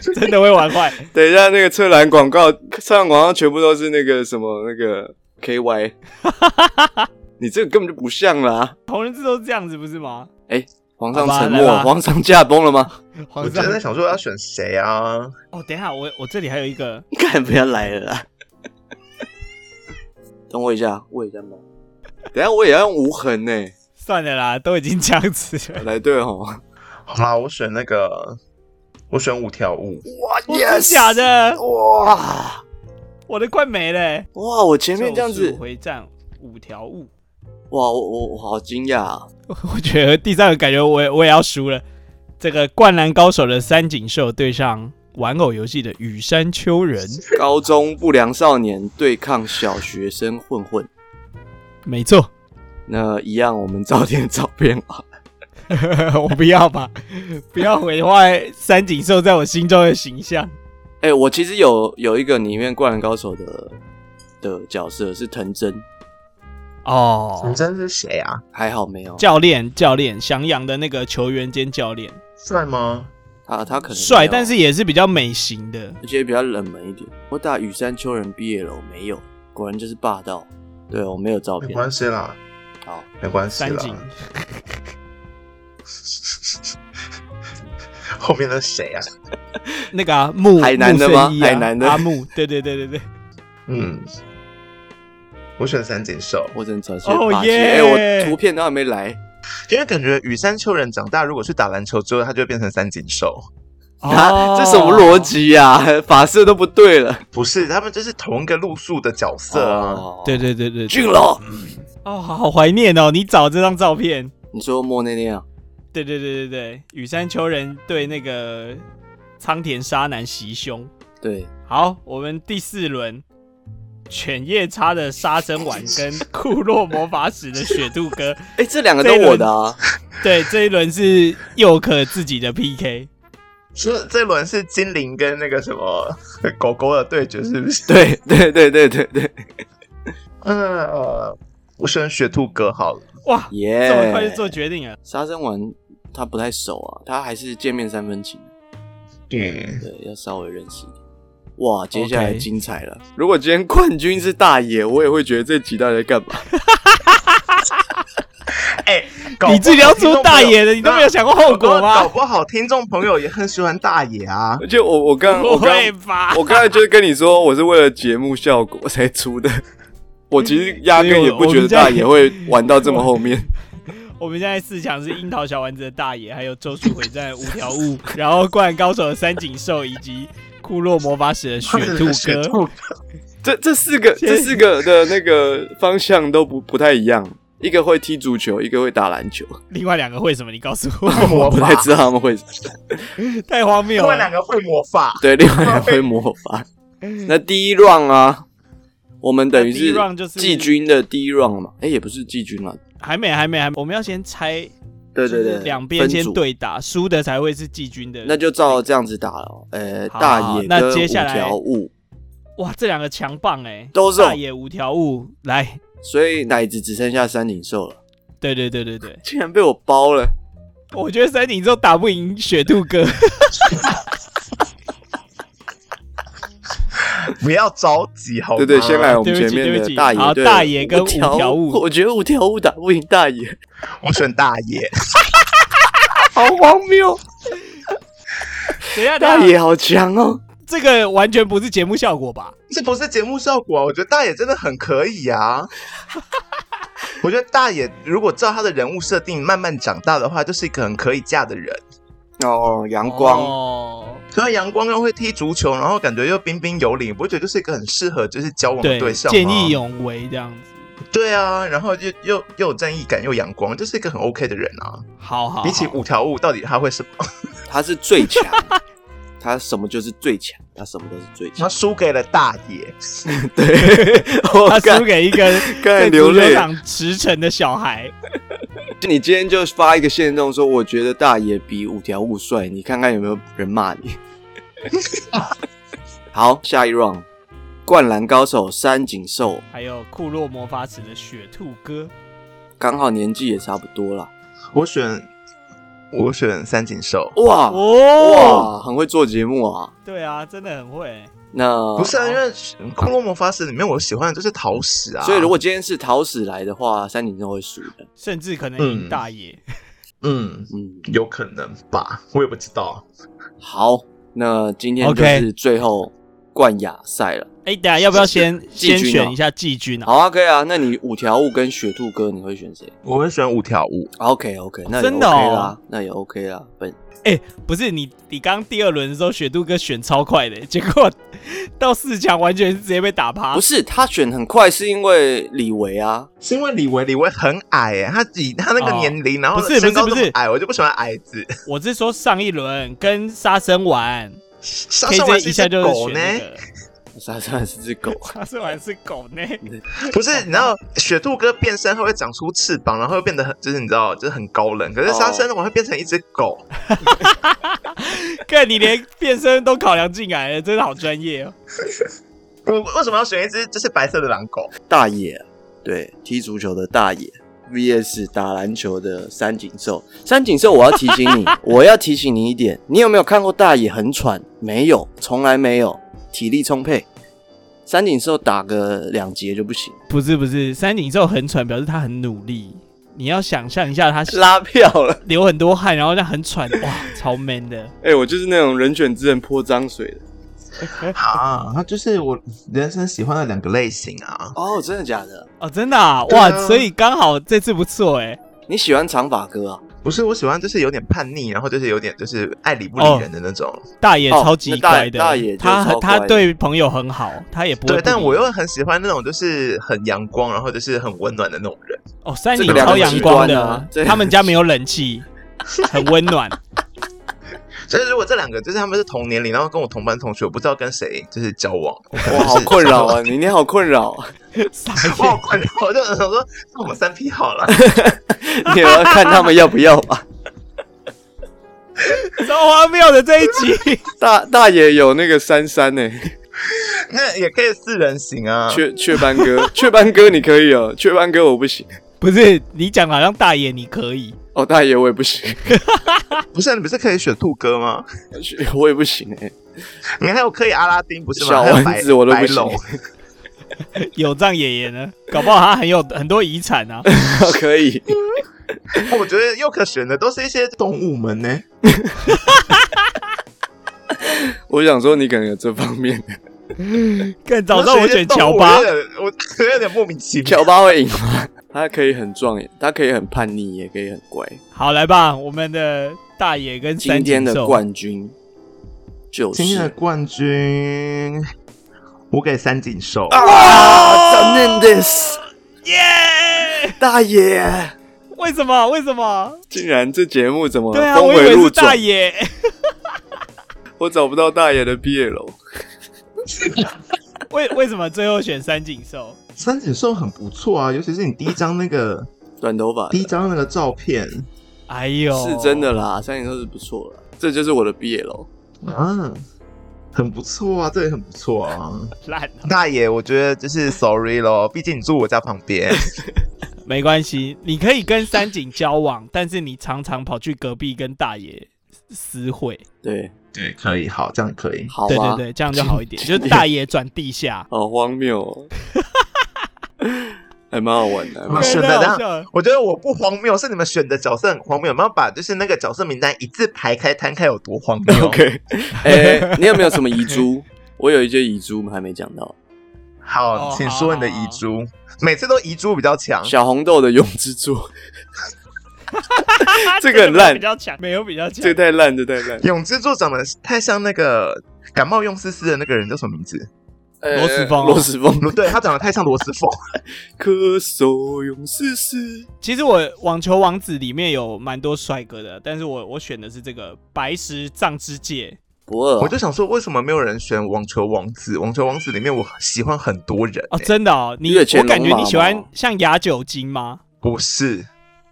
真的会玩坏。等一下那个车篮广告，车篮广告全部都是那个什么那个 KY，你这个根本就不像啦！同人志都是这样子，不是吗？皇好上吧沉来默，吧皇上驾崩了吗？ 我皇正上在想说要选谁啊？哦，等一下，我我这里还有一个，看不要来了啦！ 等我一下，我也在忙。等一下我也要用无痕呢、算了啦，都已经这样 子了。来对哦吼！哇好啦，我选那个，我选五条悟。我哦真假的，哇我的快没了、欸。哇！我前面这样咒子术，回战五条悟， 哇，我我我好惊讶、啊！我觉得第三个感觉我也我也要输了。这个灌篮高手的三井寿对上玩偶游戏的羽山丘人，高中不良少年对抗小学生混混，没错， 那一样我们早点找遍啊。我不要吧，不要毁坏三井寿在我心中的形象。哎、我其实有有一个里面《灌篮高手的》的角色是藤真，你哦，真是谁啊？还好没有教练教练，翔阳的那个球员兼教练，帅吗？他，他可能没帅，有但是也是比较美型的。而且比较冷门一点。我打羽山丘人毕业了，我没有，果然就是霸道。对我没有照没片，关系啦，好，没关啊系三井啦。后面的谁啊？那个啊，木海南的木吗圣一啊海南的阿木，对对对对对，嗯，我选三井寿，我真超谢哦霸气。哎、耶我图片都还没来，因为感觉羽山丘人长大，如果去打篮球之后，他就会变成三井寿。 哦啊， 这什么逻？辑呀？发色都不对了。不是，他们就是同一个路数的角色啊。哦对，对对对，对俊龙，哦，好好怀念哦，你找这张照片。你说莫内内啊？对对对对对，羽山丘人对那个苍田沙男袭胸。对，好，我们第四轮，犬夜叉的杀生丸跟库洛魔法使的雪兔哥，哎、这两个都我的啊。对，这一轮是佑可自己的 PK。这这轮是精灵跟那个什么 狗狗的对决，是不是？ 对 对对对对对，嗯、呃，我选雪兔哥好了。哇，耶、这么快就做决定了，杀生丸他不太熟啊，他还是见面三分情，嗯，对，要稍微认识一点。哇，接下来 OK 精彩了如果今天冠军是大野，我也会觉得这几到底在干嘛？哎、搞不好你自己要出大爷的听众朋友啊你都没有想过后搞果吗不好搞不好听众朋友也很喜欢大爷啊。就我我刚不 我刚会吧？我刚才就是跟你说，我是为了节目效果才出的。 我其实压根也不觉得大野会玩到这么 后面。我们现在四强是樱桃小丸子的大爷，还有咒术回战的五条悟，然后灌篮高手的三井寿，以及库洛魔法使的雪兔雪哥。兔这这四 个现这在四个的那个方向都不不太一样，一个会踢足球，一个会打篮球，另外两个会什么？你告诉 我，魔我不法太，知道他们会。太荒谬另外两了。个会魔法。对，另外两会魔 法。那第一 round 啊，我们等于嗯那第一是 round 就是季军的第一 round 嘛，哎、也不是季军了，还没，还没，还没，我们要先猜，对对就对，是两边先分组，对打，输的才会是季军的。那就照这样子打了哦。呃，好大野那跟接五下来条悟，哇，这两个强棒哎、都是我哦大野五条悟来，所以奶子只剩下三井寿了，对对对对对，竟然被我包了。 我觉得三井寿打不赢雪兔哥，不要着急，好吗？对对，先来我们对不前起面对不的起大野好队，大野跟五条悟我觉得五条悟打不赢大野，我选大爷。好荒谬， 等一下大大野好强哦。这个完全不是节目效果吧？这不是节目效果、啊，我觉得大野真的很可以 啊。我觉得大野如果照他的人物设定慢慢长大的话，就是一个很可以嫁的人。哦，阳光，哦，所以阳光又会踢足球，然后感觉又彬彬有礼，不觉得就是一个很适合就是交往的对，对象吗？见义勇为这样子。对啊，然后又又又有正义感又阳光，就是一个很 OK 的人啊。好好好，比起五条悟，到底他会什么？他是最强，他什么就是最强，他什么都是最强 他。输给了大野。对，我他干输给一个 在流足泪球场驰骋的小孩，你今天就发一个线动说，我觉得大爷比五条悟帅，你看看有没有人骂你。 好，下一 round，灌篮高手三井寿，还有库洛魔法使的雪兔哥。刚好年纪也差不多啦。我选我选三井寿。哇哦，哇，很会做节目啊。对啊，真的很会。那不是啊，因为《骷髅魔法使》里面我喜欢的就是桃矢啊，所以如果今天是桃矢来的话，三井真的会输的。甚至可能赢嗯大爷。嗯，嗯，有可能吧，我也不知道。好，那今天就 OK 是最后冠亚赛了。哎、等一下要不要先季军先哦选一下季军啊？好啊，可以啊。那你五条悟跟雪兔哥，你会选谁我会选五条悟， ？OK OK，那也真的 OK 哦啦，那也 OK 啦。本不是你，你刚第二轮的时候雪度哥选超快的， 结果到四强完全是直接被打趴不。是他选很快，是因为李维啊。 是因为李维，李维很矮耶，他以他那个哦年龄，然后不是不是身高这不么是矮，我就不喜欢矮子。我是说上一轮跟杀生丸杀生丸，KZ 是一下只就是狗选呢，那 个莎莎是只狗，杀生丸是狗呢。不是，你知道雪兔哥变身，它会长出翅膀，然后会变得很，就是你知道，就是很高冷。可是杀生丸会变成一只狗，看你连变身都考量进来了，真的好专业哦。我为什么要选一只就是白色的狼狗？大野，对，踢足球的大野 VS 打篮球的三井寿。三井寿，我要提醒你， 我要提醒你一点，你有没有看过大野很喘？没有，从来没有，体力充沛。三井寿打个两节就不行，不是不是，三井寿很喘，表示他很努力。你要想象一下，他拉票了。流很多汗，然后这样很喘，哇，超 man 的。哎、我就是那种人选之人泼脏水的。啊，它就是我人生喜欢的两个类型啊。哦，真的假的？哦，真的啊，对哇啊，所以刚好这次不错哎、你喜欢长发 哥啊？不是，我喜欢就是有点叛逆，然后就是有点就是爱理不理人的那种。大爷哦超级那大乖的，大爷就他超很乖他的对朋友很好，他也不会对，不但理我又很喜欢那种就是很阳光，然后就是很温暖的那种人。哦，三这井个超两个阳极光端的， 啊这他们家没有冷 气，很温暖。所以如果这两个就是他们是同年龄，然后跟我同班同学，我不知道跟谁就是交 往，哇，好困扰啊！你你好困扰啊， 傻我好眼，困扰。我就想说，那我们三 P 好 了。你要看他们要不要啊吧。超荒谬的这一集， 大大野有那个欸珊珊呢、那也可以四人行啊。雀雀斑哥， 雀斑哥你可以哦、雀斑哥我不行不是你讲好像大爷你可以，哦，大爷我也不行， 不是、啊、你不是可以选兔哥吗？雀我也不行哎、你还有可以阿拉丁不是吗？小还有丸白子我都不白行龙 有藏爷爷呢，搞不好他很有很多遗产 啊。 可以，我觉得又可选的都是一些动物们呢。我想说你可能有这方 面，更早知道我选乔巴我，有点我我有点莫名其妙。乔巴会赢吗？他可以很壮，他可以很叛逆，也可以很乖。好来吧，我们的大爷跟今三天井的寿，冠军就是今天的冠军，我给三井寿。啊，残念的是耶！大爷，为什么？为什么？竟然这节目怎么对啊，呃峰我以回为路是大转？爷。我找不到大爷的毕业楼。为为什么最后选三井寿？三井寿很不错啊，尤其是你第一张那 个短头发第一张那个照片哎呦，是真的啦，三井寿是不错了，这就是我的毕业楼。啊，很不错啊，这也很不错啊。烂啊、大爷，我觉得就是 sorry 咯，毕竟你住我家旁边。没关系，你可以跟三井交往，但是你常常跑去隔壁跟大爷私会。对， 对，可以，好，这样可以。好对对啊，对，这样就好 一点，就是大爷转地下。好荒谬、哦， 还蛮好玩的。还我蛮好玩选的太那好笑了我觉得我不荒谬，是你们选的角色很荒谬。我们要把就是那个角色名单一字排开摊开有多荒谬 OK，哎、你有没有什么遗珠？我有一些遗珠还没讲到，好，哦请说你的遗珠。每次都遗珠比较强，小红豆的永之助， 啊这个个 很烂比较强，没有比较强。这个太烂，这个太烂。永之助长得太像那个感冒用思思的那个人叫什么名 字？呃罗斯风罗斯风，不对，他长得太像罗斯凤。咳嗽永思思。其实我网球王子里面有蛮多帅哥的，但是我我选的是这个白石藏之介。不二、哦我啊，就想说，为什么没有人选网球王子？网球王子里面我喜欢很多人、哦，欸真的哦，你月前我感觉龙马你喜吗欢像雅酒精吗？不是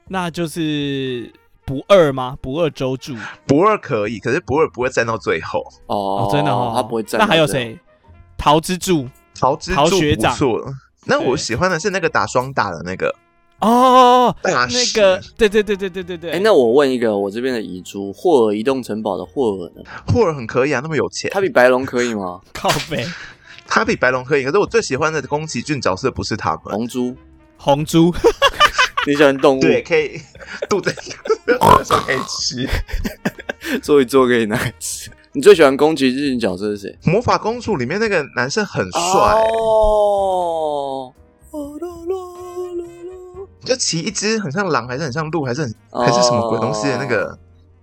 那就是不二吗？不二周助。不二可以，可是不二不会站到最后。哦哦，真的哦，他不会站。那还有？谁？桃之助曹之陶助学不长错。那我对喜欢的是那个打双打的那个，哦，大那师个，对对对对对对对，啊哎、那我问一个，我这边的遗珠霍尔移动城堡的霍尔呢？霍尔很可以啊，那么有钱。他比白龙可以吗？靠背他比白龙可以，可是我最喜欢的宫崎骏角色不是他哦们。龙珠，红猪， 你喜欢动物，对，可以 肚子那时候可以吃。哦做一做可以拿来吃。你最喜欢宫崎骏角色是谁？魔法公主里面那个男生很帅、哦，就骑一只很像狼，还是很像鹿，还是很、还是什么鬼东西的那个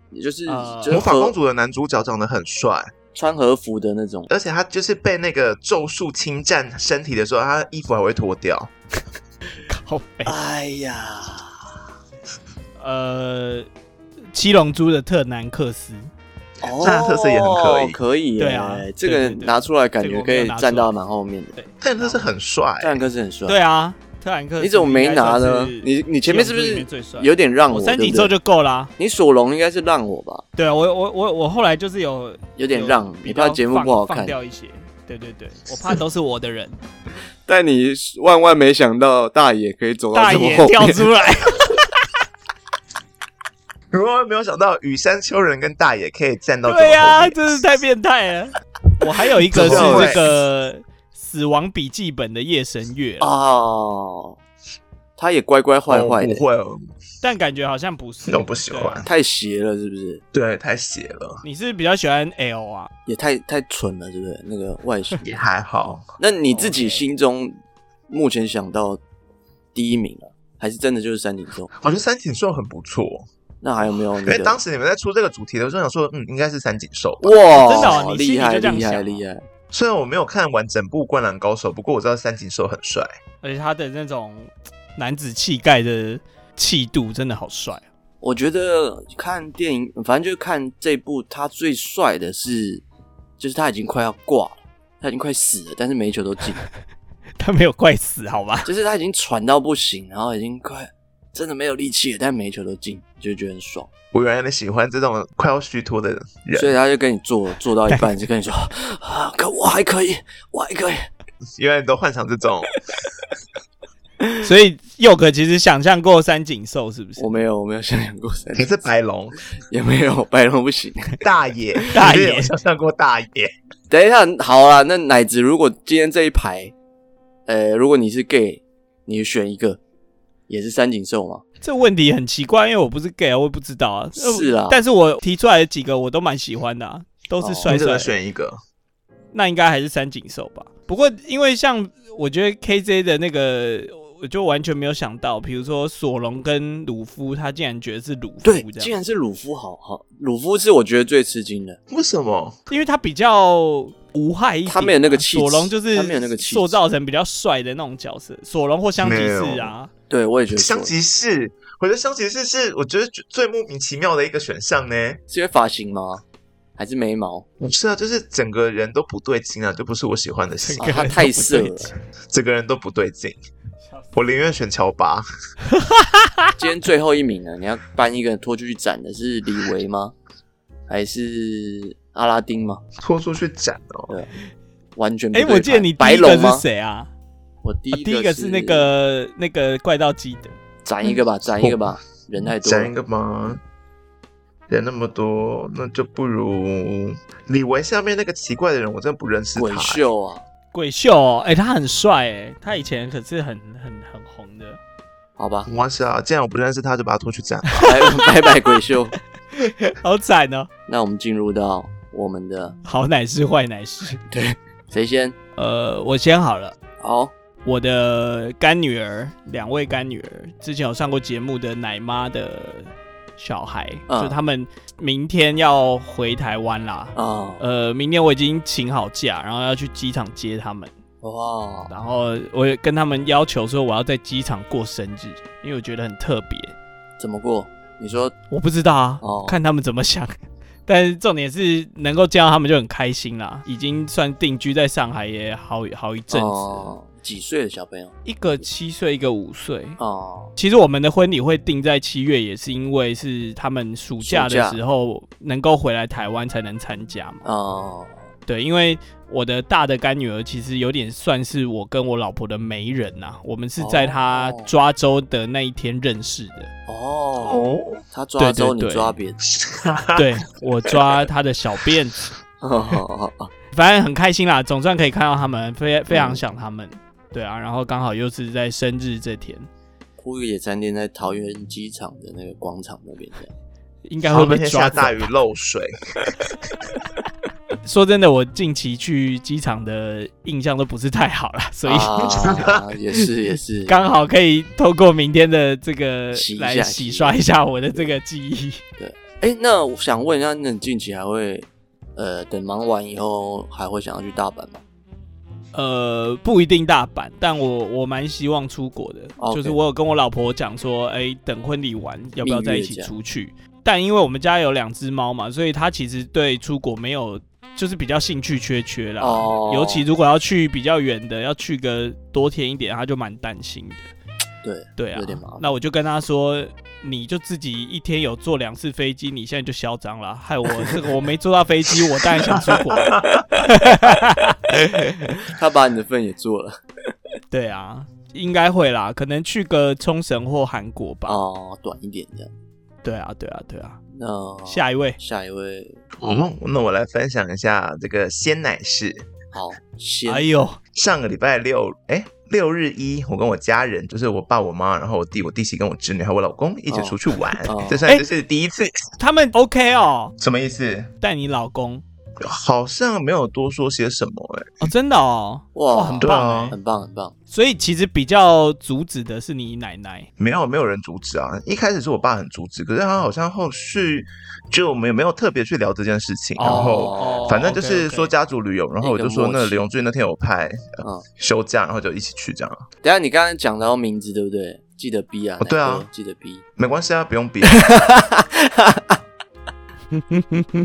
你就是啊哦就是魔法和公主的男主角长得很帅，穿和服的那种，而且他就是被那个咒术侵占身体的时候，他衣服还会脱掉。靠背，哎呀，呃，七龙珠的特南克斯，哦他的特色也很可以可以耶，对啊这个对对对拿出来感这个觉我可没有以拿站出来到蛮后面的。对，但是是很帅、但可是很帅，对啊，特兰克斯，你怎么没拿呢？你你前面是不里是面最帅？有点让我我？三井对不寿对就够啦。你索隆应该是让我吧，对啊，我我我我后来就是有有点有让，比你怕较节目放不好放看。掉一些。对对对，我怕都是我的 人，但你万万没想到大爷可以走大爷跳出来，如果没有想到羽山丘人跟大野可以站到这么对后呀、面真是太变态了。 我还有一个是怎么会这个《死亡笔记本》的夜神月啦，哦，他也乖乖坏坏哦的不，会哦，但感觉好像不是，那我不喜对啊欢。太邪了，是不是？对，太邪了，，你是比较喜欢 L 啊？也太太蠢了，是不是？那个外形 也还好。那你自 OK 己心中目前想到第一名啊，还是真的就是三井寿？我觉得三井寿很不错，那还有没有你哎因为的？当时你们在出这个主题的时候，想说，嗯，应该是三井寿吧。哇，真的哦你心里厉害就这样厉害想厉害！虽然我没有看完整部《灌篮高手》，不过我知道三井寿很帅。而且他的那种男子气概的气度真的好帅啊、 我觉得看电影，反正就是看这部，他最帅的是，就是他已经快要挂了，他已经快死了，但是每一球都进，他没有怪死 好吧？就是他已经喘到不行，然后已经快真的没有力气了，但每一球都进，就觉得很爽。我原来喜欢这种快要虚脱的人，所以他就跟你做做到一半，就跟你说啊，可我还可以， 我还可以。原来你都幻想这种。所以佑可其实想象过三井寿是不是我？没有，我没有想象过三可是白龙 也没有白龙不行。大爷，大爷你有想象过大爷？等一下，好啦，那奶子，如果今天这一排，呃，如果你是 gay，你选一个，也是三井寿吗？这问题很奇怪，因为我不是 gay，啊我也不知道啊。是啊啊，但是我提出来的几个我都蛮喜欢的、啊，都是帅你只帅能的。选一个。那应该还是三井寿吧。不过因为像我觉得 KJ 的那个，我就完全没有想到，比如说索隆跟鲁夫，他竟然觉得是鲁夫对，这竟样，然是鲁夫，好好，鲁夫是我觉得最吃惊的。为什么？因为他比较无害一点啊、他没有那个气质索隆就是他没有那个气质塑造成比较帅的那种角色，索隆或香吉士啊。对，我也觉得是香，吉士，我觉得香吉士是我觉得最莫名其妙的一个选项呢。是因为发型吗？还是眉毛？不是啊，就是整个人都不对劲啊，就不是我喜欢的型 整，啊个人他都太不色对了劲整个人都不对劲。我宁愿选乔巴，今天最后一名了，你要颁一个拖出去斩的是李维吗？还是阿拉丁吗？拖出去斩哦。完全不哎、对我记得盘你第白一个龙吗是？谁啊？我第啊一第一个是那个嗯那个怪盗基德，斩一个吧，斩一个吧，人太多了。嗯讲一个嘛，人那么多，那就不如李维下面那个奇怪的人，我真的不认识鬼他。秀啊，鬼秀、哦，哎、他很帅哎、他以前可是很很很红的。好吧，没关系啊，既然我不认识他，就把他拖去斩。拜拜 拜鬼秀。好惨哦！那我们进入到我们的好奶是坏奶是。谁先？呃，我先好了。好，我的干女儿，两位干女儿，之前有上过节目的奶妈的小孩，嗯就他们明天要回台湾啦。啊，呃，明天我已经请好假，然后要去机场接他们，哇，然后我也跟他们要求说我要在机场过生日，因为我觉得很特别。怎么过？你说我不知道啊，哦看他们怎么想。但是重点是能够见到他们就很开心啦，已经算定居在上海也好好一阵子了，哦，几岁的小朋友？一个七岁，一个五岁。哦，其实我们的婚礼会定在七月，也是因为是他们暑假暑的假时候能够回来台湾才能参加嘛。哦，对，因为我的大的干女儿其实有点算是我跟我老婆的媒人呐、我们是在她哦抓周的那一天认识 的。哦，哦，他抓对周，你对对抓别的， 对我抓她的小辫子，好好好好反正很开心啦，总算可以看到他们，非嗯非常想他们。对啊，然后刚好又是在生日这天，呼吁野餐店在桃园机场的那个广场那边这样。应该然后会那被天抓下走大雨漏水，说真的，我近期去机场的印象都不是太好了，所以 啊，也是也是，刚好可以透过明天的这个洗一下来洗刷一下我的这个记忆。哎、那我想问一下，那你近期还会呃，等忙完以后还会想要去大阪吗？呃，不一定大阪，但我我蛮希望出国的。 OK 就是我有跟我老婆讲说，哎、等婚礼完要不要在一蜜起月这样出去？但因为我们家有两只猫嘛，所以她其实对出国没有，就是比较兴趣缺缺啦。哦啊尤其如果要去比较远的，要去个多天一点，她就蛮担心的。对，对啊，有点麻烦那我就跟他说，你就自己一天有坐两次飞机，你现在就嚣张了，害我这个我没坐到飞机，我当然想出 国。他把你的份也 做了。对啊，应该会啦，可能去个冲绳或韩国吧。哦，短一点这样。对啊，对啊，对啊。那下一位，下一位，哦，那我来分享一下这个鲜奶事。好，先、哎呦，上个礼拜六，哎，六日一，我跟我家人，就是我爸、我妈，然后我弟、我弟媳跟我侄女还有我老公一起出去玩，哦哦这哎算是第一次。他们 OK 哦，什么意思？带你老公好像没有多说些什么哎、哦，真的哦，哇哇，很对棒啊哎。很棒很棒。所以其实比较阻止的是你奶奶没有没有人阻止啊。一开始是我爸很阻止，可是他好像后续就没有没有特别去聊这件事情，然后。哦反正就是说 OK，OK 家族旅游，然后我就一说个默那契李荣俊那天有拍、呃嗯休假，然后就一起去这样，等一下你刚刚讲到名字对不对？记得 B 啊，哦对啊哪个，记得 B。没关系啊，不用 比，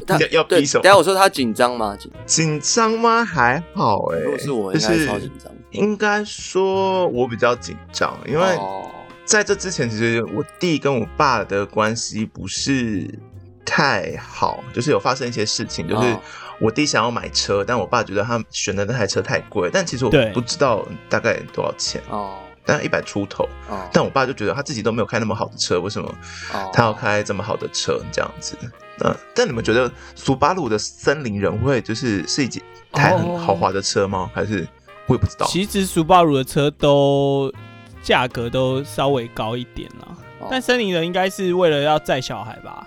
他 要要对，比等手一下我说他紧张吗？紧紧张吗？还好哎、如果是我，就应该是超紧张。应该说我比较紧张，因为哦，在这之前，其实我弟跟我爸的关系不是太好，就是有发生一些事情，就是哦我弟想要买车，但我爸觉得他选的那台车太贵，但其实我对不知道大概多少钱，哦，但一百出头，哦，但我爸就觉得他自己都没有开那么好的车，为什么哦他要开这么好的车这样子？嗯，但你们觉得苏巴鲁的森林人会就是是一台很哦豪华的车吗？还是我也不知道。其实苏巴鲁的车都价格都稍微高一点啦，哦但森林人应该是为了要载小孩吧？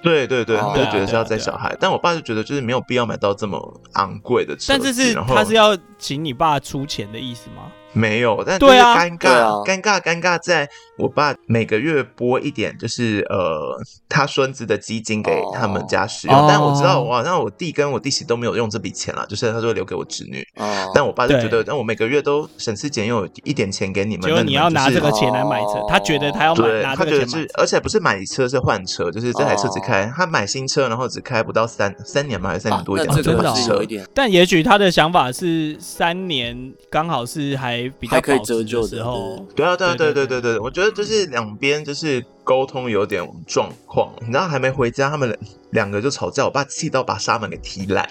对对对，哦他就觉对啊得是要对啊载小孩，但我爸就觉得就是没有必要买到这么昂贵的车但子，这是然后他是要请你爸出钱的意思吗？没有，但对啊就是尴对尬、啊尴尬尴尬，在我爸每个月拨一点，就是呃他孙子的基金给他们家使用，哦但我知道我好像我弟跟我弟媳都没有用这笔钱啦，就是他说留给我侄女，哦，但我爸就觉对得，那我每个月都省吃俭用一点钱给你们，结果那你你要们拿就是这个钱来买车哦，他觉得他要买对，拿他这觉个得钱买哦是，而且不是买车是换车，就是这台车只开、他买新车，然后只开不到三三年嘛，还是三啊年多一点，那他这就真换的个哦是车有一点但也许他的想法是三年刚好是还比较还可以保值折旧的时 候，对啊，对啊，对对对对对对，我觉得就是两边就是沟通有点状况，你知道还没回家，他们两两个就吵架，我爸气到把纱门给踢烂。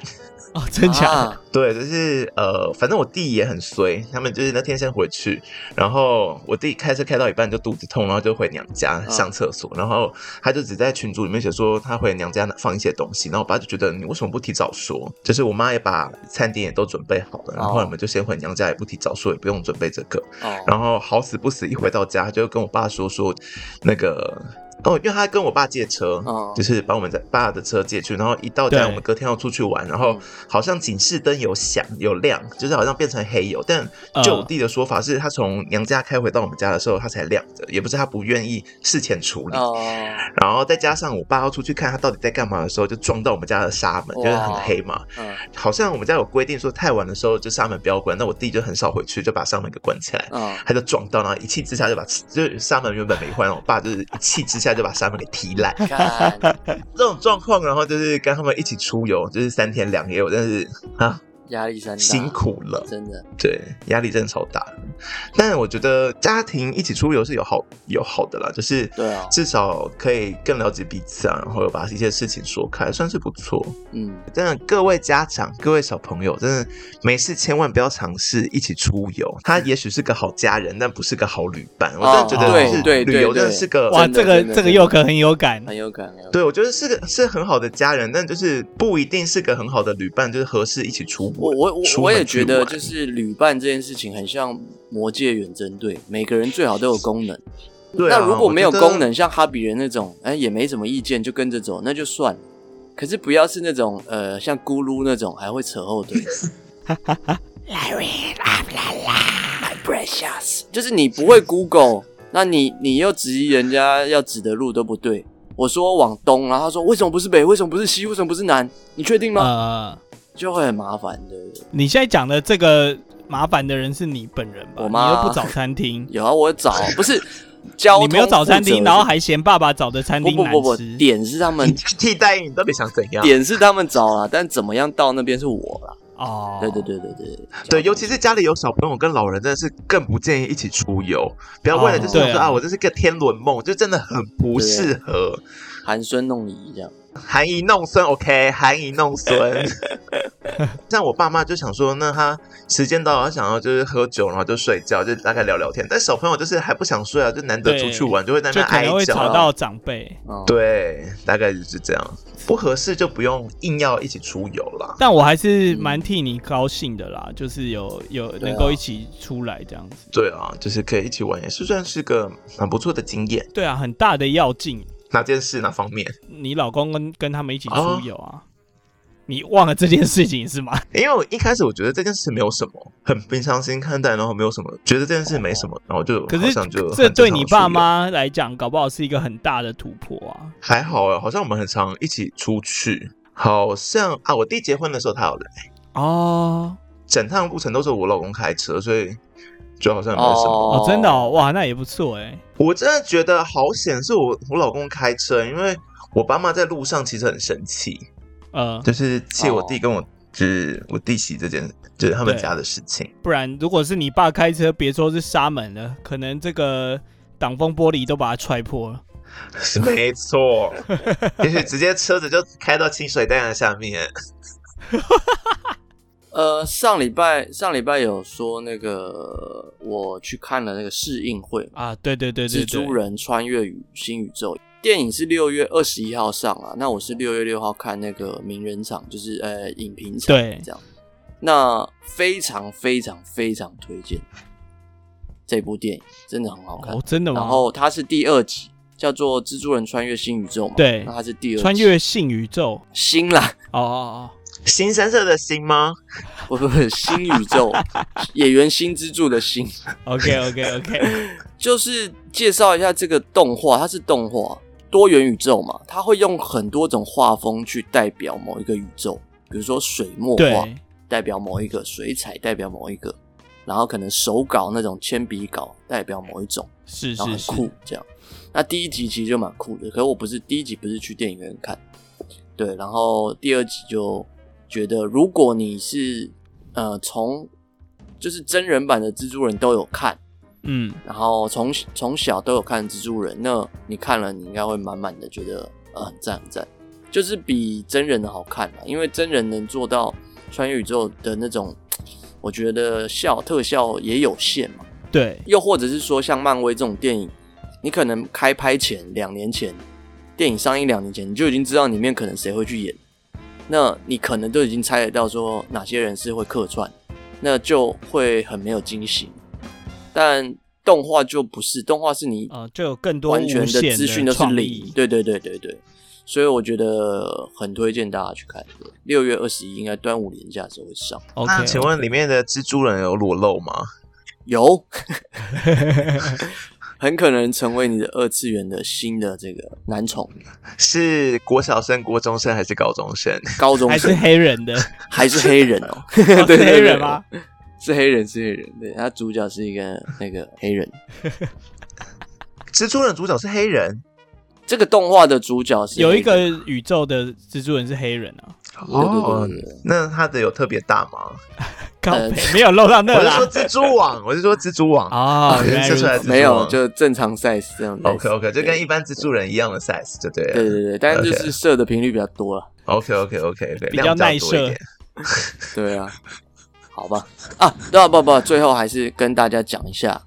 哦，真假的？啊对，就是呃，反正我弟也很衰，他们就是那天先回去，然后我弟开车开到一半就肚子痛，然后就回娘家嗯上厕所，然后他就只在群组里面写说他回娘家放一些东西，然后我爸就觉得你为什么不提早说？就是我妈也把餐点也都准备好了，然后哦你们就先回娘家，也不提早说，也不用准备这个。哦，然后好死不死一回到家就跟我爸说说那个。哦，因为他跟我爸借车，哦就是把我们在爸的车借去，然后一到家对我们隔天要出去玩，然后嗯好像警示灯有响有亮，就是好像变成黑油。但呃就我嗯弟的说法是，他从娘家开回到我们家的时候，他才亮的，也不是他不愿意事前处理。哦，然后再加上我爸要出去看他到底在干嘛的时候，就撞到我们家的纱门，就是很哇黑嘛。嗯好像我们家有规定说太晚的时候就纱门不要关，那我弟就很少回去，就把纱门给关起来。 嗯，他就撞到，然后一气之下就把就是纱门原本没坏，然后我爸就是一气之下就把纱门给踢烂。看，这种状况，然后就是跟他们一起出游，就是三天两夜，我真是啊，压力山大，辛苦了。真的。对，压力真的超大的。但我觉得家庭一起出游是有好有好的啦，就是对啊至少可以更了解彼此啊，然后把一些事情说开，算是不错。嗯，真的，各位家长、各位小朋友，真的没事千万不要尝试一起出游。他也许是个好家人，但不是个好旅伴。我真的觉哦得就是对对旅游对真的是个哇，真的这个真的哎这个佑可很有感，很有感，很有感对，我觉得是个是很好的家人，但就是不一定是个很好的旅伴，就是合适一起出我我我出门我也去觉得，玩就是旅伴这件事情很像魔界远征队，每个人最好都有功能。对啊那如果没有我觉得功能，像哈比人那种，哎、也没什么意见，就跟着走，那就算了。可是不要是那种呃，像咕噜那种，还会扯 后腿。My precious，就是你不会 Google，那你你又质疑人家要指的路都不对。我说往东，然后他说为什么不是北？为什么不是西？为什么不是南？你确定吗？呃，就会很麻烦，对不对？你现在讲的这个麻烦的人是你本人吧？我你妈又不找餐厅，有啊，我找不是交哦 通，你没有找餐厅，然后还嫌爸爸找的餐不厅不难不不，吃。点是他们你替代你到底想怎样？点是他们找啦，但怎么样到那边是我啦。哦，对对，对对对对，尤其是家里有小朋友跟老人，真的是更不建议一起出游。不要为了就是哦说、对啊啊我这是个天伦梦，就真的很不适合。寒酸弄你这样，含饴弄孙，OK，含饴弄孙。 像我爸妈就想说，那他时间到了，他想要就是喝酒，然后就睡觉，就大概聊聊天。但小朋友就是还不想睡啊，就难得出去玩，就会在那就边可能哀会叫吵啊。到长辈。嗯，对，大概就是这样。不合适就不用硬要一起出游啦。但我还是蛮替你高兴的啦，就是有有对啊能够一起出来这样子。对啊，就是可以一起玩，也是算是个蛮不错的经验。对啊，很大的要进，哪件事哪方面？你老公跟跟他们一起出游啊，你忘了这件事 情是吗？因为我一开始我觉得这件事没有什么，很平常心看待，然后没有什么，觉得这件事没什么，然后就可好是像就这很正对常你地爸处理妈来讲，搞不好是一个很大的突破啊。还好哎，好像我们很常一起出去，好像啊，我弟结婚的时候他有来，哦整趟路程都是我老公开车，所以就好像也没什么。哦哦，真的哦，哇，那也不错哎。我真的觉得好险，是我我老公开车，因为我爸妈在路上其实很生气，呃，就是气我弟哦跟我、就是我弟媳这件，就是他们对家的事情。不然如果是你爸开车，别说是纱门了，可能这个挡风玻璃都把它踹破了。没错，也许直接车子就开到清水蛋的下面。呃，上礼拜上礼拜有说那个我去看了那个试映会，啊，对对对对蜘对，蛛人穿越宇新宇宙。电影是六月二十一号上啊，那我是六月六号看那个名人场，就是呃影评场，对这样。那非常非常非常推荐这部电影，真的很好看。哦，真的吗？然后它是第二集，叫做《蜘蛛人穿越新宇宙》嘛，对那它是第二集穿越性宇宙，新啦， 哦哦新三色的新吗？不不不，新宇 宙演员新之助的新，哦，OK OK OK，就是介绍一下这个动画，它是动画多元宇宙嘛，它会用很多种画风去代表某一个宇宙，比如说水墨啊画对，代表某一个，水彩代表某一个，然后可能手稿那种铅笔稿代表某一种，是然后是很是，酷这样。那第一集其实就蛮酷的，可是我不是第一集不是去电影院看，对，然后第二集就觉得如果你是呃从就是真人版的蜘蛛人都有看。嗯，然后从从小都有看蜘蛛人，那你看了你应该会满满的觉得呃很赞很赞，就是比真人的好看啦，因为真人能做到穿越宇宙的那种，我觉得效特效也有限嘛，对，又或者是说像漫威这种电影，你可能开拍前两年前，电影上映两年前你就已经知道里面可能谁会去演，那你可能都已经猜得到说哪些人是会客串，那就会很没有惊喜。但动画就不是，动画是你呃，就有更多完全呃无限资讯都是创零意，，对对对对对，所以我觉得很推荐大家去看。六月二十一应该端午连假的时候会上， ，OK，那请问里面的蜘蛛人有裸露吗？有， 很可能成为你的二次元的新的这个男宠，是国小生、国中生还是高中生？高中还是生黑人 的，还是黑人 哦，哦对是对对黑人吗？？是黑人，是黑人，对，他主角是一个那个黑人，蜘蛛人主角是黑人，这个动画的主角是有一黑个宇宙的蜘蛛人是黑人啊，哦对对对对对，那他的有特别大吗？靠呃北没有漏到那我是啦说。蜘蛛网，我是说蜘蛛 网。哦，原来生如出来此的蜘蛛没有网就正常 size 这样 OK OK，就跟对一般蜘蛛人一样的 size 就对了。对对对，但是就 OK 是射的频率比较多了。 OK OK OK，对，比较量耐多一点。 对啊，好吧，啊，对啊，不不，最后还是跟大家讲一下，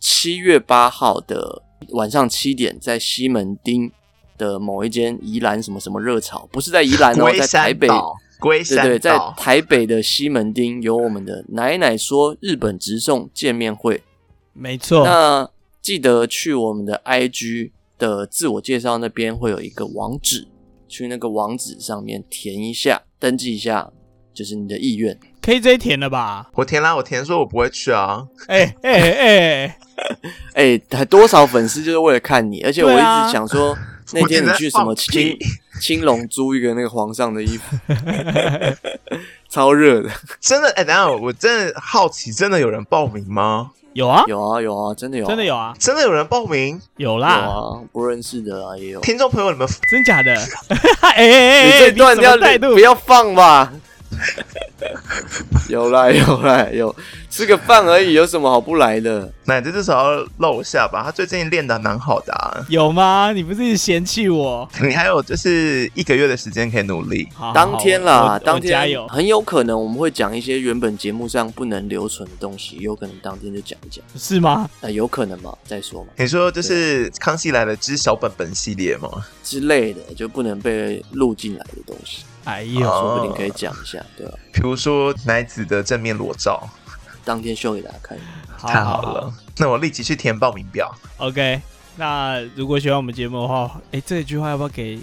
七月八号的晚上七点，在西门町的某一间宜兰什么什么热炒，不是在宜兰哦，龟在台山北，岛，龟对对，山在岛，台北的西门町有我们的奶奶说日本直送见面会，没哦错，那记得去我们的 IG 的自我介绍那边会有一个网址，去那个网址上面填一下，登记一下，就是你的意愿。 KJ 填了吧？我填啦，我填说我不会去啊。 哎哎哎，哎、他多少粉丝就是为了看你，而且我一对啊直想说，那我一直天你在去什么放青屁青龙租一个那个皇上的 衣服，超热的，真的，哎、等一下我真的好奇，真的有人报名吗？有啊，有啊有啊，真的有啊、真的有啊，真的有人报名？有有啦，啊，不认识的啊也有。听众朋友，你们真假 的？哎哎你哎，这段你什要么态度不？要放吧？ 有啦有啦有，吃个饭而已，有什么好不来的？奶子至少要露一下吧。他最近练的蛮好的、啊，有吗？你不是一直嫌弃我？ 你还有就是一个月的时间可以努力。好好当天啊好我啦我，当加天油。很有可能我们会讲一些原本节目上不能留存的东西，有可能当天就讲一讲，是吗？呃，有可能嘛，再说嘛。你说就是啊《康熙来了之小本本》系列吗？之类的，就不能被录进来的东西，哎呦，哦说不定可以讲一下，对吧、比如说奶子的正面裸照，当天秀给大家看。好太好了。。那我立即去填报名 表。好 OK，那如果喜欢我们节目的话，哎，这句话要不要给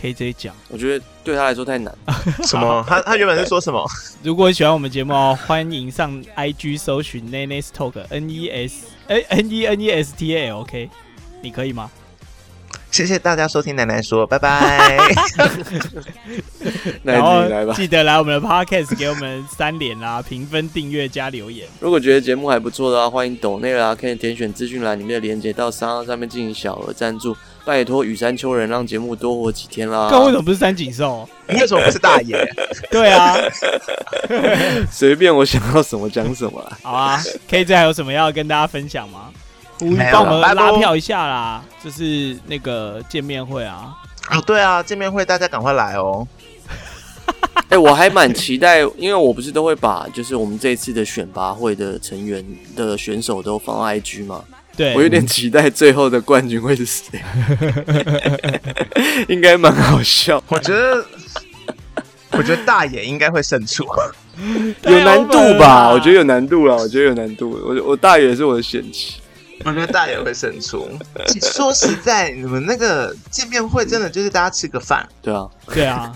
KJ 讲？我觉得对他来说太难， 什么？他他原本是说什么？如果喜欢我们节目哦，欢迎上 IG 搜寻 Nenes Talk N E S 哎 N E N E S T A L K，你可以吗？谢谢大家收听奶奶说，拜 拜。那你自己来吧。记得来我们的 Podcast 给我们三连啦、评分、订阅加留言。如果觉得节目还不错的话，欢迎抖内啦，可以点选资讯栏里面的链接到三号上面进行小额赞助，拜托雨山丘人让节目多活几天啦。刚为什么不是三井寿？你为什么不是大爷？对 啊，随便我想到什么讲什么啦。好啊，KJ 还有什么要跟大家分享吗？呼吁没有帮我们了拜拜拉票一下啦，就是那个见面会啊。哦，对啊，见面会大家赶快来哦。哎、我还蛮期待，因为我不是都会把就是我们这次的选拔会的成员的选手都放到 IG 嘛，对，我有点期待最后的冠军会 是谁，应该蛮好笑，我觉 得，我觉得大爷应该会胜出。啊太有难度吧？ over 了我觉得有难度啦，我觉得有难度。我我大也是我的险棋，我觉得大爷会胜出。说实在，你们那个见面会真的就是大家吃个饭，对啊，对啊，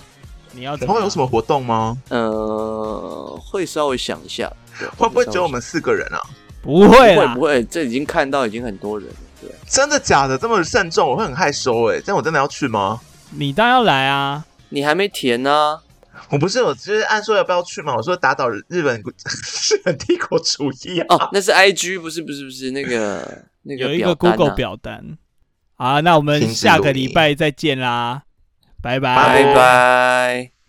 你要怎然后么有什么活动吗？呃，会稍微想一下，对会不会只有我？们四个人啊？不稍会微想一下啦不会不，会，这已经看到已经很多人了，对。真的假的？这么慎重，我会很害羞哎、这样我真的要去吗？你当然要来啊。你还没填呢、我不是有就是按说要不要去嘛？我说打倒日本日本帝国主义啊！哦，那是 I G，不是不是不是那个那有个一个单、啊、 Google 表单。好啊，那我们请指下个路礼名拜再见啦，拜拜拜拜拜。